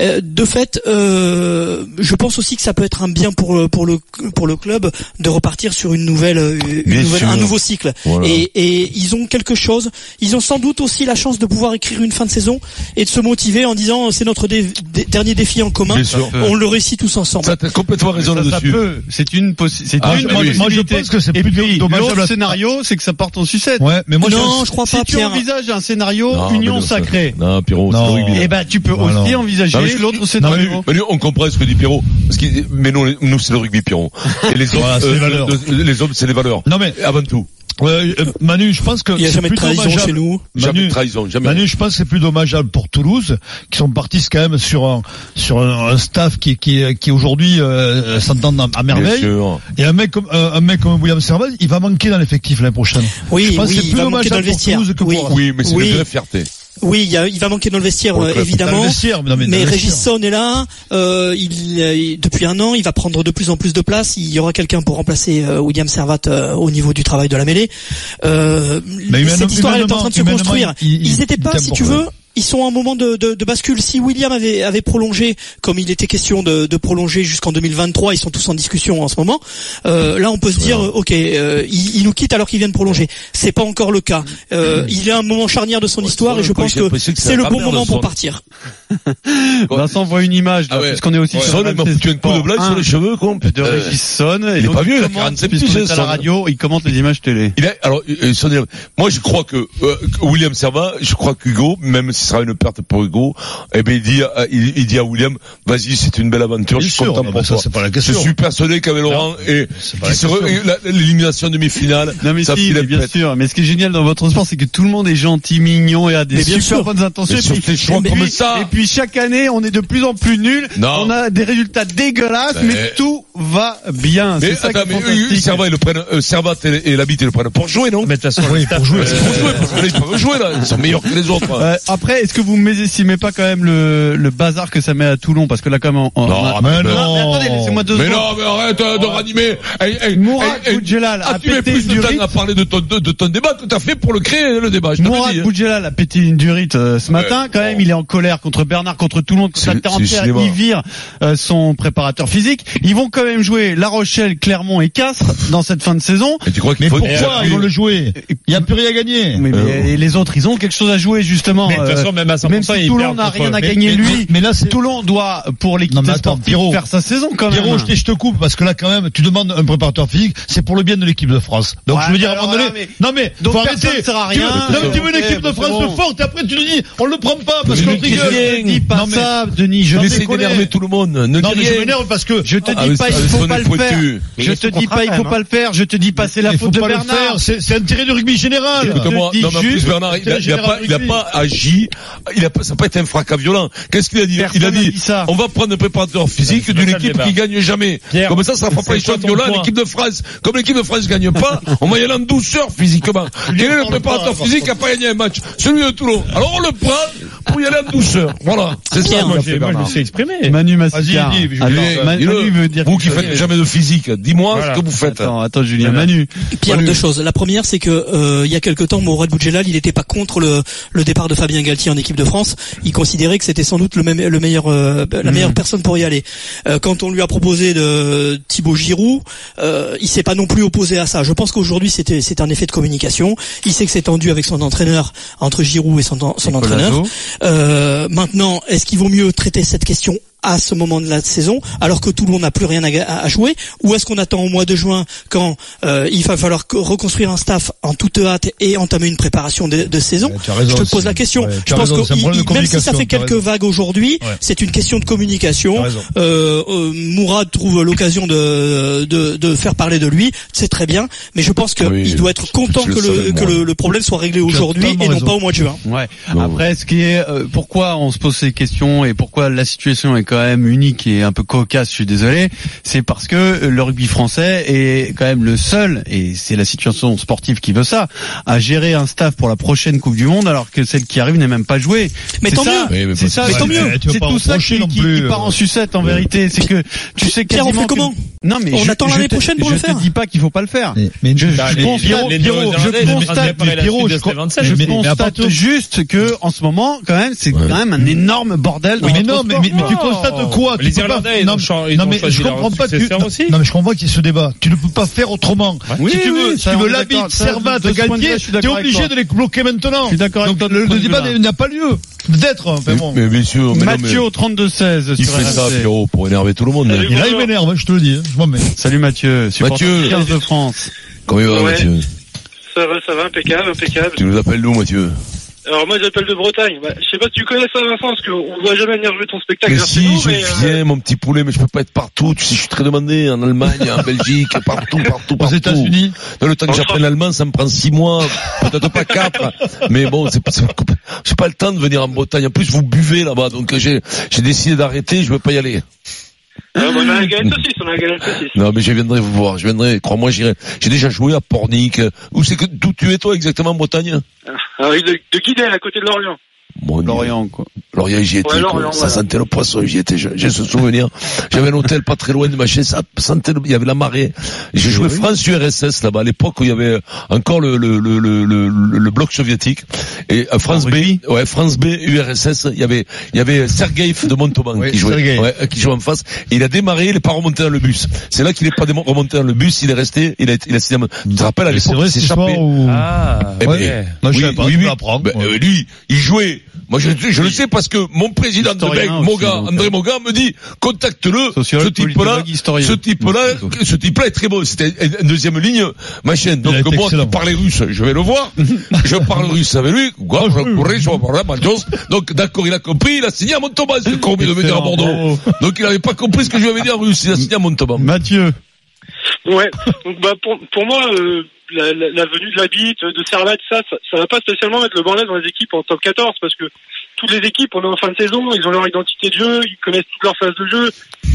[SPEAKER 5] Euh, de fait, euh, je pense aussi que ça peut être un bien pour le, pour le, pour le club de repartir sur une nouvelle, euh, une
[SPEAKER 2] Bien
[SPEAKER 5] nouvelle-
[SPEAKER 2] sûr.
[SPEAKER 5] un nouveau cycle.
[SPEAKER 2] Voilà.
[SPEAKER 5] Et, et ils ont quelque chose. Ils ont sans doute aussi la chance de pouvoir écrire une fin de saison et de se motiver en disant c'est notre dé- dé- dernier défi en commun.
[SPEAKER 2] Bien sûr.
[SPEAKER 5] On le réussit tous ensemble.
[SPEAKER 2] Ça, t'as complètement raison
[SPEAKER 3] Ça, ça
[SPEAKER 2] là-dessus.
[SPEAKER 3] peut. C'est une possi- c'est
[SPEAKER 4] Ah, moi,
[SPEAKER 3] une
[SPEAKER 4] je-
[SPEAKER 3] possibilité.
[SPEAKER 4] moi, je pense que c'est
[SPEAKER 3] Et
[SPEAKER 4] plus
[SPEAKER 3] puis,
[SPEAKER 4] dommageable à-
[SPEAKER 3] l'autre scénario, c'est que ça parte en sucette.
[SPEAKER 4] Ouais, mais moi,
[SPEAKER 5] non,
[SPEAKER 4] je...
[SPEAKER 5] je crois
[SPEAKER 3] Si
[SPEAKER 5] pas,
[SPEAKER 3] tu
[SPEAKER 5] Pierre.
[SPEAKER 3] envisages un scénario
[SPEAKER 2] Non,
[SPEAKER 3] union
[SPEAKER 2] mais non, ça-
[SPEAKER 3] sacrée,
[SPEAKER 2] Non, Pierrot, c'est
[SPEAKER 4] Non.
[SPEAKER 2] le rugby.
[SPEAKER 4] Eh
[SPEAKER 3] eh ben, tu peux
[SPEAKER 4] Voilà.
[SPEAKER 3] aussi
[SPEAKER 4] Bah
[SPEAKER 2] Non,
[SPEAKER 3] envisager
[SPEAKER 2] mais je-
[SPEAKER 3] l'autre
[SPEAKER 2] Non, mais,
[SPEAKER 3] scénario.
[SPEAKER 2] mais nous, on comprend ce que dit Pierrot. Parce qu'il- mais nous, nous c'est le rugby Pierrot. Et les hommes,
[SPEAKER 4] Voilà, c'est les
[SPEAKER 2] euh,
[SPEAKER 4] valeurs.
[SPEAKER 2] le- le- les hommes, c'est les valeurs.
[SPEAKER 4] Non, mais,
[SPEAKER 2] Avant tout.
[SPEAKER 4] ouais, euh, Manu, je pense que
[SPEAKER 5] Il n'y a
[SPEAKER 4] c'est
[SPEAKER 5] jamais de
[SPEAKER 4] plus
[SPEAKER 5] trahison
[SPEAKER 4] dommageable.
[SPEAKER 5] chez nous.
[SPEAKER 2] Jamais de
[SPEAKER 4] Manu,
[SPEAKER 2] trahison, jamais.
[SPEAKER 4] Manu, je pense que c'est plus dommageable pour Toulouse, qui sont partis quand même sur un, sur un, un staff qui, qui, qui aujourd'hui euh, s'entend à, à
[SPEAKER 2] Bien
[SPEAKER 4] merveille.
[SPEAKER 2] sûr.
[SPEAKER 4] Et un mec comme euh, un mec comme William Serval, il va manquer dans l'effectif l'année prochaine.
[SPEAKER 5] Oui,
[SPEAKER 4] je pense
[SPEAKER 5] oui,
[SPEAKER 4] que c'est
[SPEAKER 5] il
[SPEAKER 4] plus
[SPEAKER 5] va manquer
[SPEAKER 4] dommageable
[SPEAKER 5] dans le
[SPEAKER 4] pour
[SPEAKER 5] vestiaire.
[SPEAKER 4] Toulouse que
[SPEAKER 5] Oui.
[SPEAKER 4] pour.
[SPEAKER 2] Oui, mais c'est
[SPEAKER 5] Oui.
[SPEAKER 2] une vraie fierté.
[SPEAKER 5] Oui, il, y a- il va manquer dans le vestiaire,
[SPEAKER 4] Pour le
[SPEAKER 5] euh,
[SPEAKER 4] club. Dans
[SPEAKER 5] évidemment.
[SPEAKER 4] le vestiaire, mais non, mais dans le
[SPEAKER 5] Régis
[SPEAKER 4] vestiaire.
[SPEAKER 5] Son est là. euh, il, euh, il- depuis un an, il va prendre de plus en plus de place. Il y aura quelqu'un pour remplacer euh, William Servat euh, au niveau du travail de la mêlée. Euh,
[SPEAKER 4] Mais humainement-
[SPEAKER 5] cette histoire elle est en train de se
[SPEAKER 4] humainement,
[SPEAKER 5] construire.
[SPEAKER 4] il- il-
[SPEAKER 5] Ils étaient
[SPEAKER 4] il
[SPEAKER 5] pas,
[SPEAKER 4] tape
[SPEAKER 5] si
[SPEAKER 4] pour
[SPEAKER 5] tu
[SPEAKER 4] eux.
[SPEAKER 5] veux, ils sont à un moment de, de- de bascule. Si William avait, avait prolongé, comme il était question de, de prolonger jusqu'en 2023, ils sont tous en discussion en ce moment. euh, là, on peut se dire, euh, ok, euh, il, il nous quitte alors qu'il vient de prolonger. C'est pas encore le cas. Euh, il est à un moment charnière de son histoire et je
[SPEAKER 2] quoi,
[SPEAKER 5] pense
[SPEAKER 2] j'ai
[SPEAKER 5] que
[SPEAKER 2] l'impression que ça va
[SPEAKER 5] c'est le
[SPEAKER 2] pas
[SPEAKER 5] bon
[SPEAKER 2] perdre
[SPEAKER 5] moment
[SPEAKER 2] son-
[SPEAKER 5] pour partir.
[SPEAKER 3] Vincent voit une image, là,
[SPEAKER 2] Ah ouais.
[SPEAKER 3] puisqu'on est aussi
[SPEAKER 2] Ouais. Sonne, il m'a foutu un coup de blague sur
[SPEAKER 4] Ah.
[SPEAKER 2] les cheveux, con.
[SPEAKER 3] De
[SPEAKER 2] Putain.
[SPEAKER 3] Régis Sonne. et
[SPEAKER 2] Il est
[SPEAKER 3] donc
[SPEAKER 2] pas vieux, il a
[SPEAKER 3] commente,
[SPEAKER 2] 47
[SPEAKER 3] puisqu'on
[SPEAKER 2] piges,
[SPEAKER 3] est à la
[SPEAKER 2] Sonne.
[SPEAKER 3] radio, il commente les images télé.
[SPEAKER 2] Il a, alors, euh, son- moi, je crois que euh, que William Servat, je crois qu'Hugo, même si ce sera une perte pour Hugo, eh ben, il dit, à- il, il dit à William, vas-y, c'est une belle aventure,
[SPEAKER 4] Bien
[SPEAKER 2] je suis
[SPEAKER 4] sûr,
[SPEAKER 2] content
[SPEAKER 4] mais
[SPEAKER 2] pour
[SPEAKER 4] ça,
[SPEAKER 2] toi.
[SPEAKER 4] c'est pas la question.
[SPEAKER 2] Je suis persuadé qu'avec Laurent et
[SPEAKER 4] pas
[SPEAKER 2] qui
[SPEAKER 4] la
[SPEAKER 2] sera-
[SPEAKER 4] question.
[SPEAKER 2] et la- l'élimination demi-finale,
[SPEAKER 3] Non mais
[SPEAKER 2] ça
[SPEAKER 3] si,
[SPEAKER 2] file
[SPEAKER 3] mais
[SPEAKER 2] la
[SPEAKER 3] bien
[SPEAKER 2] pète.
[SPEAKER 3] sûr. Mais ce qui est génial dans votre sport, c'est que tout le monde est gentil, mignon et a des
[SPEAKER 2] Mais bien
[SPEAKER 3] super
[SPEAKER 2] sûr.
[SPEAKER 3] bonnes intentions.
[SPEAKER 2] Mais
[SPEAKER 3] Et
[SPEAKER 2] sur
[SPEAKER 3] puis-
[SPEAKER 2] ces choix
[SPEAKER 3] et puis-
[SPEAKER 2] comme ça.
[SPEAKER 3] Et puis chaque année, on est de plus en plus nul.
[SPEAKER 2] Non.
[SPEAKER 3] On a des résultats dégueulasses,
[SPEAKER 2] Mais-
[SPEAKER 3] mais, tout va bien.
[SPEAKER 2] Mais
[SPEAKER 3] C'est ça qui
[SPEAKER 2] attends,
[SPEAKER 3] est
[SPEAKER 2] mais eux,
[SPEAKER 3] fantastique.
[SPEAKER 2] Servat, ils le prennent, euh, Servat et, et Labitte, ils le prennent pour jouer, non?
[SPEAKER 11] Mais de toute façon,
[SPEAKER 4] Oui, pour jouer.
[SPEAKER 2] Ils peuvent jouer, parce que là, ils peuvent jouer, là. Ils sont meilleurs que les autres.
[SPEAKER 3] Euh, après, est-ce que vous mésestimez pas quand même le, le bazar que ça met à Toulon Parce que là, comme on, on-
[SPEAKER 2] Non,
[SPEAKER 3] on-
[SPEAKER 2] mais
[SPEAKER 3] Mais
[SPEAKER 4] non.
[SPEAKER 3] attendez, laissez-moi deux
[SPEAKER 2] Mais
[SPEAKER 3] secondes.
[SPEAKER 2] non, mais arrête euh, de ranimer. Hey, hey,
[SPEAKER 3] Mourad Boudjelal a
[SPEAKER 2] as-tu mis
[SPEAKER 3] pété
[SPEAKER 2] plus
[SPEAKER 3] une
[SPEAKER 2] de temps
[SPEAKER 3] durite.
[SPEAKER 2] à parler de ton, de, de ton débat tout à fait pour le créer, le débat. Je t'avais
[SPEAKER 3] Mourad
[SPEAKER 2] dit, hein.
[SPEAKER 3] Boudjelal a pété une durite euh, ce matin. Quand même, il est en colère contre Bernard, contre tout le monde, contre
[SPEAKER 2] C'est-
[SPEAKER 3] la terre
[SPEAKER 2] c'est
[SPEAKER 3] entière.
[SPEAKER 2] cinéma.
[SPEAKER 3] Il vire euh, son préparateur physique. Ils vont quand même jouer La Rochelle, Clermont et Castres dans cette fin de saison.
[SPEAKER 2] Mais tu crois qu'il
[SPEAKER 4] Mais
[SPEAKER 2] faut
[SPEAKER 4] pourquoi ils vont le jouer Il y a plus rien à gagner.
[SPEAKER 3] Mais, mais, et les autres, ils ont quelque chose à jouer justement.
[SPEAKER 11] Mais de toute
[SPEAKER 3] euh,
[SPEAKER 11] façon, même à 100%,
[SPEAKER 3] même si
[SPEAKER 11] ils
[SPEAKER 3] Toulon
[SPEAKER 11] perdent
[SPEAKER 3] n'a
[SPEAKER 11] contre-
[SPEAKER 3] rien à
[SPEAKER 11] mais-
[SPEAKER 3] gagner
[SPEAKER 4] mais-
[SPEAKER 3] lui.
[SPEAKER 4] mais là, c'est-
[SPEAKER 3] Toulon doit pour l'équipe
[SPEAKER 4] Non, mais attends,
[SPEAKER 3] sportive
[SPEAKER 4] Pierrot.
[SPEAKER 3] faire sa saison quand même.
[SPEAKER 4] Pierrot, je, te- je te coupe parce que là quand même, tu demandes un préparateur physique, c'est pour le bien de l'équipe de France. Donc
[SPEAKER 3] Ouais,
[SPEAKER 4] je veux dire à un
[SPEAKER 3] alors
[SPEAKER 4] moment donné,
[SPEAKER 3] là, mais-
[SPEAKER 4] non mais
[SPEAKER 3] donc
[SPEAKER 4] faut
[SPEAKER 3] personne
[SPEAKER 4] arrêter.
[SPEAKER 3] sert à
[SPEAKER 4] Tu
[SPEAKER 3] rien.
[SPEAKER 4] veux- non, mais tu veux une
[SPEAKER 3] Ok,
[SPEAKER 4] équipe de
[SPEAKER 3] bah,
[SPEAKER 4] France
[SPEAKER 3] c'est bon.
[SPEAKER 4] de forte, et après tu nous dis, on le prend pas parce
[SPEAKER 2] Mais
[SPEAKER 4] qu'on
[SPEAKER 2] ne
[SPEAKER 4] rigole.
[SPEAKER 3] dis pas
[SPEAKER 4] Non, mais-
[SPEAKER 3] ça, Denis.
[SPEAKER 4] Non,
[SPEAKER 3] Je vais
[SPEAKER 4] mais-
[SPEAKER 2] Laissez
[SPEAKER 4] déconner.
[SPEAKER 2] d'énerver tout le monde. Ne
[SPEAKER 4] Non
[SPEAKER 2] dis
[SPEAKER 4] mais je
[SPEAKER 2] rien.
[SPEAKER 4] m'énerve parce que
[SPEAKER 3] Je te
[SPEAKER 2] Ah,
[SPEAKER 3] dis
[SPEAKER 2] mais ça,
[SPEAKER 3] pas, il
[SPEAKER 2] ça,
[SPEAKER 3] faut
[SPEAKER 2] on
[SPEAKER 3] pas
[SPEAKER 2] est
[SPEAKER 3] le
[SPEAKER 2] pointu.
[SPEAKER 3] faire.
[SPEAKER 10] Mais
[SPEAKER 3] Je
[SPEAKER 10] il
[SPEAKER 3] te
[SPEAKER 10] est
[SPEAKER 3] dis pas, il faut pas le faire. Je te dis pas, c'est la
[SPEAKER 4] il faut
[SPEAKER 3] faute de
[SPEAKER 4] pas le
[SPEAKER 3] Bernard.
[SPEAKER 4] faire, c'est c'est un tiré du rugby général.
[SPEAKER 2] Écoute moi,
[SPEAKER 3] dis
[SPEAKER 2] non, mais en plus
[SPEAKER 3] juste,
[SPEAKER 2] Bernard, il a,
[SPEAKER 4] je te
[SPEAKER 2] il a
[SPEAKER 4] dis
[SPEAKER 2] pas, il a
[SPEAKER 4] juste.
[SPEAKER 2] pas agi, il a pas, ça n'a pas été un fracas violent. Qu'est-ce qu'il a dit
[SPEAKER 3] Personne
[SPEAKER 2] Il a
[SPEAKER 3] n'a
[SPEAKER 2] dit,
[SPEAKER 3] dit ça.
[SPEAKER 2] on va prendre un préparateur physique
[SPEAKER 11] Non, mais c'est
[SPEAKER 2] d'une
[SPEAKER 11] pas ça le
[SPEAKER 2] équipe
[SPEAKER 11] débat.
[SPEAKER 2] qui gagne jamais.
[SPEAKER 11] Pierre,
[SPEAKER 2] Comme ça, ça ne fera
[SPEAKER 11] c'est
[SPEAKER 2] pas les
[SPEAKER 11] quoi
[SPEAKER 2] choix
[SPEAKER 11] ton
[SPEAKER 2] violents.
[SPEAKER 11] point
[SPEAKER 2] L'équipe de France, comme l'équipe de France gagne pas, on va y aller en douceur physiquement. Quel est le
[SPEAKER 4] parle
[SPEAKER 2] préparateur
[SPEAKER 4] pas,
[SPEAKER 2] physique qui n'a pas gagné un match Celui de Toulon. Alors on le prend pour y aller en douceur. Voilà, c'est ça.
[SPEAKER 5] Pierre,
[SPEAKER 11] Moi,
[SPEAKER 2] moi, je fais,
[SPEAKER 11] j'ai- moi, je me
[SPEAKER 2] Bernard.
[SPEAKER 11] suis exprimé.
[SPEAKER 3] Manu Massicard.
[SPEAKER 4] Vas-y, dis, je-
[SPEAKER 3] Alors, Ma-
[SPEAKER 2] Dis-le.
[SPEAKER 3] Manu veut dire
[SPEAKER 2] vous qui
[SPEAKER 3] quelque
[SPEAKER 2] faites
[SPEAKER 3] chose.
[SPEAKER 2] jamais de physique, dis-moi
[SPEAKER 11] Voilà.
[SPEAKER 2] ce que vous faites.
[SPEAKER 3] Attends, attends, Julien. Manu.
[SPEAKER 5] Pierre,
[SPEAKER 2] Salut.
[SPEAKER 5] deux choses. La première, c'est que euh, il y a quelque temps, Mourad Boudjelal, il n'était pas contre le, le départ de Fabien Galtier en équipe de France. Il considérait que c'était sans doute le, même- le meilleur, euh, la meilleure personne pour y aller. Euh, quand on lui a proposé de Thibaut Giroud, euh, il s'est pas non plus opposé à ça. Je pense qu'aujourd'hui, c'était c'est un effet de communication. Il sait que c'est tendu avec son entraîneur entre Giroud et son, son entraîneur. Euh, maintenant, est-ce qu'il vaut mieux traiter cette question à ce moment de la saison, alors que Toulon n'a plus rien à, ga- à jouer, ou est-ce qu'on attend au mois de juin quand euh, il va falloir co- reconstruire un staff en toute hâte et entamer une préparation de, de saison
[SPEAKER 4] Ouais, tu as raison,
[SPEAKER 5] Je te pose
[SPEAKER 4] c'est-
[SPEAKER 5] la question.
[SPEAKER 4] ouais, tu
[SPEAKER 5] Je
[SPEAKER 4] as
[SPEAKER 5] pense
[SPEAKER 4] raison, c'est
[SPEAKER 5] que
[SPEAKER 4] un
[SPEAKER 5] il-
[SPEAKER 4] problème de
[SPEAKER 5] il- même si ça
[SPEAKER 4] communication,
[SPEAKER 5] fait
[SPEAKER 4] tu as
[SPEAKER 5] quelques
[SPEAKER 4] raison.
[SPEAKER 5] vagues aujourd'hui,
[SPEAKER 4] Ouais.
[SPEAKER 5] c'est une question de
[SPEAKER 4] Tu
[SPEAKER 5] communication.
[SPEAKER 4] as raison.
[SPEAKER 5] Euh, euh, Mourad trouve l'occasion de, de de faire parler de lui, c'est très bien, mais je pense qu'il
[SPEAKER 2] Oui,
[SPEAKER 5] doit être content
[SPEAKER 2] je le
[SPEAKER 5] que
[SPEAKER 2] savais,
[SPEAKER 5] le, que
[SPEAKER 2] moi.
[SPEAKER 5] le, le problème soit réglé aujourd'hui
[SPEAKER 4] totalement
[SPEAKER 5] et non
[SPEAKER 4] raison.
[SPEAKER 5] pas au mois de juin.
[SPEAKER 3] Ouais.
[SPEAKER 2] Bon.
[SPEAKER 3] Après, ce qui est, euh, pourquoi on se pose ces questions et pourquoi la situation est quand même unique et un peu cocasse, je suis désolé, c'est parce que euh, le rugby français est quand même le seul, et c'est la situation sportive qui veut ça, à gérer un staff pour la prochaine Coupe du Monde alors que celle qui arrive n'est même pas jouée.
[SPEAKER 5] Mais
[SPEAKER 3] C'est
[SPEAKER 5] tant
[SPEAKER 3] ça,
[SPEAKER 5] mieux.
[SPEAKER 2] Oui, mais
[SPEAKER 3] C'est
[SPEAKER 2] parce
[SPEAKER 3] ça,
[SPEAKER 2] que-
[SPEAKER 3] c'est
[SPEAKER 4] Mais
[SPEAKER 3] tant
[SPEAKER 4] tu-
[SPEAKER 3] mieux.
[SPEAKER 4] tu vas
[SPEAKER 3] C'est
[SPEAKER 4] pas
[SPEAKER 3] tout ça
[SPEAKER 4] reprocher
[SPEAKER 3] qui,
[SPEAKER 4] non
[SPEAKER 3] qui-
[SPEAKER 4] plus,
[SPEAKER 3] qui part en sucette en vérité. C'est que tu sais
[SPEAKER 5] Pierre, on
[SPEAKER 3] quasiment.
[SPEAKER 5] fait
[SPEAKER 3] que-
[SPEAKER 5] comment
[SPEAKER 3] Non mais
[SPEAKER 5] On
[SPEAKER 3] je,
[SPEAKER 5] attend l'année
[SPEAKER 3] je te-
[SPEAKER 5] prochaine pour
[SPEAKER 3] je
[SPEAKER 5] le faire
[SPEAKER 3] te dis pas qu'il faut pas le faire.
[SPEAKER 4] Mais- mais-
[SPEAKER 3] je, je
[SPEAKER 11] Bah, les-
[SPEAKER 3] constate,
[SPEAKER 11] les- les
[SPEAKER 3] Pierrot,
[SPEAKER 11] Néo-Zélandais,
[SPEAKER 3] je
[SPEAKER 11] les-
[SPEAKER 3] constate,
[SPEAKER 11] les- les- les- les-
[SPEAKER 3] Pierrot, je,
[SPEAKER 11] les- les- les-
[SPEAKER 3] je
[SPEAKER 11] les-
[SPEAKER 4] les- les-
[SPEAKER 3] constate
[SPEAKER 4] les- les-
[SPEAKER 3] juste que en ce moment, quand même, c'est quand même un énorme bordel. dans
[SPEAKER 4] Oui, mais
[SPEAKER 3] notre
[SPEAKER 4] non, mais, mais- mais tu
[SPEAKER 3] sport.
[SPEAKER 4] constates quoi
[SPEAKER 11] Les
[SPEAKER 4] Tu peux
[SPEAKER 11] Irlandais,
[SPEAKER 4] pas-
[SPEAKER 11] ils
[SPEAKER 4] non,
[SPEAKER 11] ont chan- ils
[SPEAKER 4] non,
[SPEAKER 11] ont
[SPEAKER 4] mais
[SPEAKER 11] choisi
[SPEAKER 4] je
[SPEAKER 11] leur
[SPEAKER 4] comprends pas. Tu,
[SPEAKER 11] successeur
[SPEAKER 4] non,
[SPEAKER 11] aussi.
[SPEAKER 4] non, mais je comprends qu'il y a ce débat. Tu ne peux pas faire autrement.
[SPEAKER 3] Oui,
[SPEAKER 4] si tu
[SPEAKER 3] oui,
[SPEAKER 4] veux, si
[SPEAKER 3] ça,
[SPEAKER 4] tu
[SPEAKER 3] on
[SPEAKER 4] veux
[SPEAKER 3] est d'accord.
[SPEAKER 4] l'habit,
[SPEAKER 3] Ça,
[SPEAKER 4] Servat,
[SPEAKER 3] de ce point de
[SPEAKER 4] Galtier,
[SPEAKER 3] vue-là, je suis
[SPEAKER 4] t'es
[SPEAKER 3] d'accord avec
[SPEAKER 4] obligé
[SPEAKER 3] toi.
[SPEAKER 4] de les bloquer maintenant.
[SPEAKER 3] Je suis d'accord avec
[SPEAKER 4] Donc,
[SPEAKER 3] toi de
[SPEAKER 4] le,
[SPEAKER 3] ce
[SPEAKER 4] le
[SPEAKER 3] point de
[SPEAKER 4] débat
[SPEAKER 3] vue-là.
[SPEAKER 4] n'a pas lieu d'être. enfin bon.
[SPEAKER 2] Mais bien sûr, mais non, mais-
[SPEAKER 3] Mathieu au 32 16
[SPEAKER 2] il fait ça, Pierrot, pour énerver tout le monde. hein.
[SPEAKER 4] Et là, il m'énerve, je te le dis. hein. Je m'en mets.
[SPEAKER 3] Salut Mathieu, supporter
[SPEAKER 2] Mathieu.
[SPEAKER 3] du 15 de France.
[SPEAKER 2] Comment il va,
[SPEAKER 12] Ouais.
[SPEAKER 2] Mathieu
[SPEAKER 12] Ça va, ça va, impeccable, impeccable.
[SPEAKER 2] Tu nous appelles d'où, Mathieu
[SPEAKER 12] Alors moi j'appelle de Bretagne. Bah, je sais pas si tu connais ça Vincent, parce qu'on ne va jamais venir jouer ton spectacle.
[SPEAKER 2] Mais
[SPEAKER 12] vers chez
[SPEAKER 2] si,
[SPEAKER 12] nous,
[SPEAKER 2] je
[SPEAKER 12] mais, euh,
[SPEAKER 2] viens, mon petit poulet, mais je peux pas être partout. Tu sais, je suis très demandé en Allemagne, en Belgique, partout, partout,
[SPEAKER 4] Aux
[SPEAKER 2] partout.
[SPEAKER 4] États-Unis,
[SPEAKER 2] Dans le temps que j'apprenne l'allemand, ça me prend six mois, peut-être pas quatre. Mais bon, c'est pas, c'est pas- j'ai pas le temps de venir en Bretagne. En plus, vous buvez là-bas, donc j'ai, j'ai décidé d'arrêter. Je veux pas y aller.
[SPEAKER 12] ah, bah, on a un gars de saucisse, on a un gars de saucisse.
[SPEAKER 2] Non, mais je viendrai vous voir. Je viendrai. Crois-moi, j'irai. J'ai déjà joué à
[SPEAKER 12] Ah,
[SPEAKER 2] Pornic. Où c'est que d'où tu es toi exactement en Bretagne
[SPEAKER 12] Alors, il est de Guidel, à côté de l'Orient.
[SPEAKER 2] Mon Dieu.
[SPEAKER 3] Lorient, quoi.
[SPEAKER 2] Lorient, j'y étais.
[SPEAKER 3] Ouais,
[SPEAKER 2] quoi.
[SPEAKER 3] Lorient,
[SPEAKER 2] ça
[SPEAKER 3] voilà.
[SPEAKER 2] sentait le poisson, j'y étais. je- J'ai ce souvenir. J'avais un hôtel pas très loin de ma chaise, ça sentait le- il y avait la marée. J'ai joué France-URSS là-bas, à l'époque où il y avait encore le, le, le, le, le, le bloc soviétique. Et euh, France B, ouais, France B, URSS, il y avait, il y avait Sergei de Montauban qui jouait.
[SPEAKER 4] Sergueï.
[SPEAKER 2] Ouais, euh, qui joue en face. Et il a démarré, il est pas remonté dans le bus. C'est là qu'il est pas démo- remonté dans le bus, il est resté, il a, il a signé un- Tu te rappelles à
[SPEAKER 4] Mais c'est
[SPEAKER 2] l'époque,
[SPEAKER 4] vrai,
[SPEAKER 2] il s'est
[SPEAKER 4] cette
[SPEAKER 2] échappé.
[SPEAKER 4] histoire où- Ah,
[SPEAKER 2] Eh ben,
[SPEAKER 4] ouais. Moi, je savais pas, tu m'apprends.
[SPEAKER 2] Ben, euh, lui, il jouait. Moi, je, je le sais parce que mon président de
[SPEAKER 4] Historien
[SPEAKER 2] Bec,
[SPEAKER 4] aussi,
[SPEAKER 2] Moga,
[SPEAKER 4] donc, hein.
[SPEAKER 2] André Moga, me dit, contacte-le, ce type-là, ce type-là, ce type-là est très beau. C'était une deuxième ligne, machin. Donc,
[SPEAKER 4] a été
[SPEAKER 2] moi,
[SPEAKER 4] excellent.
[SPEAKER 2] qui parlais russe, je vais le voir. je parle russe avec lui. Quoi,
[SPEAKER 4] Ah,
[SPEAKER 2] je courais, je parlais ma chose. Donc, d'accord, il a compris, il a signé à Montauban, ce con, il devait dire à
[SPEAKER 3] Excellent,
[SPEAKER 2] Bordeaux.
[SPEAKER 4] Oh.
[SPEAKER 2] Donc, il n'avait pas compris ce que je lui avais dit en russe, il a signé à Montauban.
[SPEAKER 3] Mathieu.
[SPEAKER 12] Ouais. Donc bah pour pour moi euh, la, la, la venue de la bite, de Servat, ça, ça ça va pas spécialement mettre le bordel dans les équipes en top 14 parce que toutes les équipes on est en fin de saison, ils ont leur identité de jeu, ils connaissent toutes leurs phases de jeu.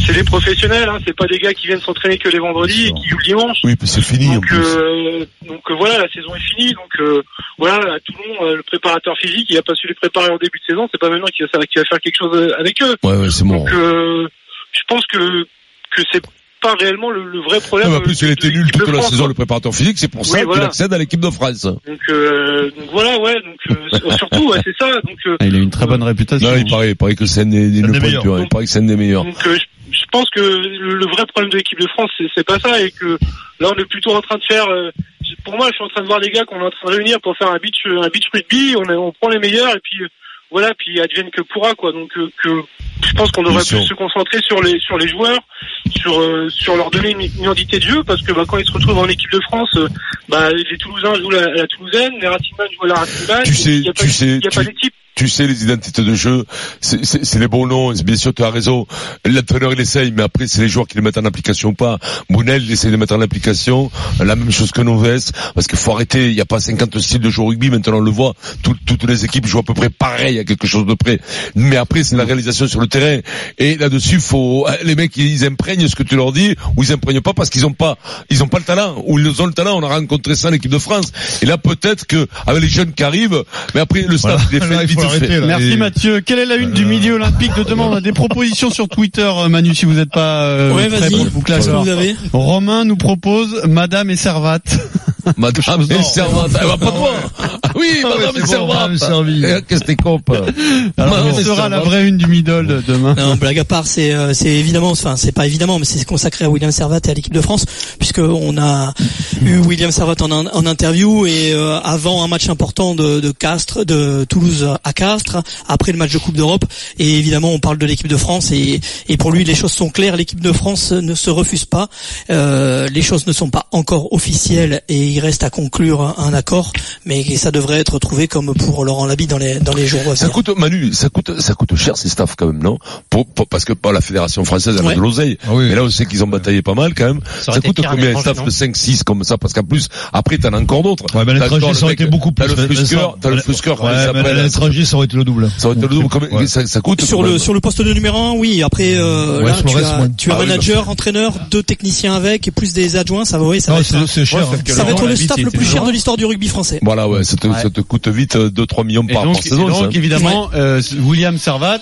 [SPEAKER 12] C'est des professionnels, hein, c'est pas des gars qui viennent s'entraîner que les vendredis et qui jouent le dimanche.
[SPEAKER 2] Oui, c'est fini,
[SPEAKER 12] Donc, euh, donc euh, voilà, la saison est finie. Donc euh, voilà, à Toulon, euh, le préparateur physique, il a pas su les préparer en début de saison. C'est pas maintenant qu'il va, faire- qu'il va faire quelque chose euh, avec eux.
[SPEAKER 2] Ouais, ouais, c'est bon.
[SPEAKER 12] Donc euh, je pense que que c'est pas réellement le, le vrai problème. euh,
[SPEAKER 2] en plus, il était nul toute la
[SPEAKER 12] France,
[SPEAKER 2] saison, le préparateur physique, c'est pour
[SPEAKER 12] Oui,
[SPEAKER 2] ça qu'il
[SPEAKER 12] voilà.
[SPEAKER 2] accède à l'équipe de France.
[SPEAKER 12] Donc, euh, donc voilà, ouais. Donc euh, surtout, ouais, c'est ça. Donc euh,
[SPEAKER 3] il a une très bonne réputation.
[SPEAKER 2] Non, il paraît, il paraît que c'est un des, des, le
[SPEAKER 12] meilleurs.
[SPEAKER 2] pointure, il paraît que c'est un des meilleurs.
[SPEAKER 12] Donc euh, je, je pense que le, le vrai problème de l'équipe de France, c'est- c'est pas ça, et que là on est plutôt en train de faire. euh, j- pour moi, je suis en train de voir des gars qu'on est en train de réunir pour faire un beach, un beach rugby. On, est- on prend les meilleurs et puis euh, voilà, puis advienne que pourra quoi. Donc euh, que je pense qu'on devrait
[SPEAKER 2] Bien sûr.
[SPEAKER 12] plus se concentrer sur les sur les joueurs, sur euh, sur leur donner une une identité de jeu, parce que bah, quand ils se retrouvent en équipe de France, euh, bah, les Toulousains jouent la, la Toulousaine, les Racingman jouent la Racingman.
[SPEAKER 2] Tu sais,
[SPEAKER 12] il y a pas-
[SPEAKER 2] tu sais,
[SPEAKER 12] il y a pas
[SPEAKER 2] tu,
[SPEAKER 12] d'équipe.
[SPEAKER 2] tu sais les identités de jeu, c'est- c'est c'est les bons noms. Bien sûr, tu as raison. L'entraîneur il essaye, mais après c'est les joueurs qui les mettent en application ou pas. Mounel il essaie de les mettre en application. La même chose que Noves, parce qu'il faut arrêter. Il n'y a pas 50 styles de jeu au rugby. Maintenant on le voit. Tout- toutes les équipes jouent à peu près pareil, à quelque chose de près. Mais après c'est la réalisation sur le terrain. Et là-dessus, faut eh, les mecs ils imprègnent ce que tu leur dis ou ils imprègnent pas parce qu'ils ont pas ils ont pas le talent ou ils ont le talent. On a rencontré ça en équipe de France. Et là peut-être que avec les jeunes qui arrivent, mais après le staff
[SPEAKER 4] Voilà.
[SPEAKER 2] il est fait
[SPEAKER 4] Là, il
[SPEAKER 2] vite
[SPEAKER 4] faut
[SPEAKER 2] fait.
[SPEAKER 4] arrêter, là.
[SPEAKER 3] Merci
[SPEAKER 4] Et-
[SPEAKER 3] Mathieu. Quelle est la une du midi olympique de demain On a des propositions sur Twitter, euh, Manu, si vous n'êtes pas euh,
[SPEAKER 5] Ouais,
[SPEAKER 3] prêt
[SPEAKER 5] vas-y.
[SPEAKER 3] pour le bouclage.
[SPEAKER 5] Qu'est-ce que vous avez
[SPEAKER 3] Romain nous propose Madame et Servate.
[SPEAKER 2] Madame et Servate. Elle va pas te voir. Ah Oui,
[SPEAKER 3] Ah ouais,
[SPEAKER 2] madame
[SPEAKER 3] c'est
[SPEAKER 2] et
[SPEAKER 3] bon,
[SPEAKER 2] Servate.
[SPEAKER 3] madame servie.
[SPEAKER 2] Eh, Qu'est-ce que t'es con, pas
[SPEAKER 3] Alors,
[SPEAKER 2] Madame
[SPEAKER 3] on
[SPEAKER 2] et
[SPEAKER 3] sera la
[SPEAKER 2] Servate.
[SPEAKER 3] vraie une du Midol demain.
[SPEAKER 5] Non, blague à part, c'est euh, c'est évidemment, enfin c'est pas évidemment, mais c'est consacré à William Servat et à l'équipe de France, puisque on a eu William Servat en, in- en interview et euh, avant un match important de, de Castres, de Toulouse à Castres, après le match de Coupe d'Europe, et évidemment on parle de l'équipe de France et, et pour lui les choses sont claires, l'équipe de France ne se refuse pas, Euh, les choses ne sont pas encore officielles et il reste à conclure un, un accord, mais ça devrait être trouvé comme pour Laurent Labi dans les dans les jours à
[SPEAKER 2] Ça
[SPEAKER 5] venir.
[SPEAKER 2] coûte, Manu, ça coûte, ça coûte cher ces staffs quand même, non pour, pour- Parce que pas la fédération française, elle a
[SPEAKER 5] Ouais.
[SPEAKER 2] de l'oseille. Mais là, on sait qu'ils ont bataillé pas mal quand même.
[SPEAKER 10] Ça
[SPEAKER 2] Ça,
[SPEAKER 10] aurait été
[SPEAKER 2] coûte
[SPEAKER 10] pire à
[SPEAKER 2] combien un
[SPEAKER 10] l'étranger,
[SPEAKER 2] staff
[SPEAKER 10] non
[SPEAKER 2] de 5, 6 comme ça Parce qu'en plus, après, t'en as encore d'autres.
[SPEAKER 4] Ouais, mais à
[SPEAKER 2] T'as encore
[SPEAKER 4] l'étranger,
[SPEAKER 2] le
[SPEAKER 4] ça aurait
[SPEAKER 2] mec-
[SPEAKER 4] été beaucoup plus.
[SPEAKER 2] T'as le Frusker,
[SPEAKER 4] Vincent.
[SPEAKER 2] t'as le Frusker,
[SPEAKER 4] Ouais,
[SPEAKER 2] comment il
[SPEAKER 4] mais à
[SPEAKER 2] s'appelle
[SPEAKER 4] l'étranger, ça aurait été le double.
[SPEAKER 2] Ça aurait été le double, combien-
[SPEAKER 4] Ouais.
[SPEAKER 2] ça, ça coûte
[SPEAKER 5] Sur
[SPEAKER 2] combien
[SPEAKER 5] le sur le poste de numéro 1, oui. Après, euh,
[SPEAKER 4] Ouais,
[SPEAKER 5] là,
[SPEAKER 4] sur le
[SPEAKER 5] tu
[SPEAKER 4] reste,
[SPEAKER 5] as,
[SPEAKER 4] ouais.
[SPEAKER 5] tu as
[SPEAKER 4] Ah oui,
[SPEAKER 5] manager, entraîneur, deux techniciens avec et plus des adjoints. Ça va, oui, ça va
[SPEAKER 4] Non,
[SPEAKER 5] être,
[SPEAKER 4] c'est- c'est cher,
[SPEAKER 5] Ouais,
[SPEAKER 4] hein.
[SPEAKER 5] parce que
[SPEAKER 4] Ça
[SPEAKER 5] ça va
[SPEAKER 4] Laurent
[SPEAKER 5] être le
[SPEAKER 4] Labitte
[SPEAKER 5] staff le
[SPEAKER 4] était
[SPEAKER 5] plus cher
[SPEAKER 4] loin.
[SPEAKER 5] de l'histoire du rugby français.
[SPEAKER 2] Voilà, ouais, ça te,
[SPEAKER 3] Ouais.
[SPEAKER 2] ça te coûte vite 2-3 millions
[SPEAKER 3] Et
[SPEAKER 2] par,
[SPEAKER 3] donc,
[SPEAKER 2] par saison.
[SPEAKER 3] et donc,
[SPEAKER 2] Bah, ça. hein.
[SPEAKER 3] évidemment, euh, William Servat.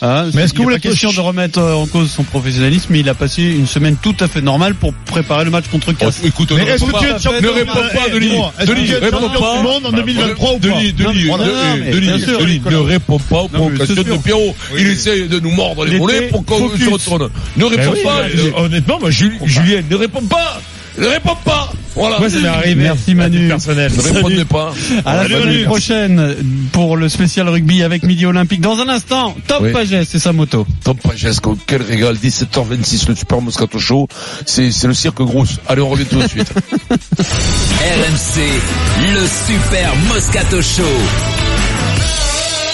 [SPEAKER 3] hein,
[SPEAKER 4] Mais est-ce
[SPEAKER 3] il
[SPEAKER 4] que vous
[SPEAKER 3] est pas
[SPEAKER 4] voulez que-
[SPEAKER 3] question de remettre euh, en cause son professionnalisme mais Il a passé une semaine tout à fait normale pour préparer le match contre Castres.
[SPEAKER 2] Écoute,
[SPEAKER 4] Mais
[SPEAKER 2] Oh, ne
[SPEAKER 4] est-ce
[SPEAKER 2] réponds
[SPEAKER 4] que tu es
[SPEAKER 2] pas,
[SPEAKER 4] champion
[SPEAKER 2] ne réponds pas, Denis. Denis, réponds
[SPEAKER 4] champion
[SPEAKER 2] pas. Bah,
[SPEAKER 4] du monde en 2023 ou pas
[SPEAKER 2] Denis, Denis,
[SPEAKER 4] Non, mais-
[SPEAKER 2] Denis,
[SPEAKER 4] non, mais
[SPEAKER 2] Denis,
[SPEAKER 4] bien sûr,
[SPEAKER 2] Denis,
[SPEAKER 4] Nicolas.
[SPEAKER 2] ne réponds pas aux
[SPEAKER 3] Non, mais
[SPEAKER 2] provocations
[SPEAKER 3] c'est sûr.
[SPEAKER 2] de Pierrot. Il
[SPEAKER 4] Oui.
[SPEAKER 2] essaie de nous mordre les
[SPEAKER 3] L'été,
[SPEAKER 2] volets pour qu'on
[SPEAKER 3] focus.
[SPEAKER 2] se retourne. Ne réponds
[SPEAKER 11] oui,
[SPEAKER 2] pas.
[SPEAKER 11] mais, euh,
[SPEAKER 2] Honnêtement, moi, Julien, ne réponds pas. Ne réponds pas. Voilà.
[SPEAKER 11] Moi, ça m'est arrivé.
[SPEAKER 3] Merci,
[SPEAKER 11] à
[SPEAKER 3] Manu.
[SPEAKER 11] titre Personnel.
[SPEAKER 2] Ne répondez pas.
[SPEAKER 3] À la
[SPEAKER 11] Salut,
[SPEAKER 3] semaine
[SPEAKER 11] Manu.
[SPEAKER 3] prochaine pour le spécial rugby avec Midi Olympique. Dans un instant, Top
[SPEAKER 2] Oui.
[SPEAKER 3] Pages et sa moto.
[SPEAKER 2] Tom Pagesco, quel régal. 17h26, le Super Moscato Show. C'est c'est le cirque grosse. Allez, on revient tout de suite.
[SPEAKER 1] RMC, le super Moscato Show.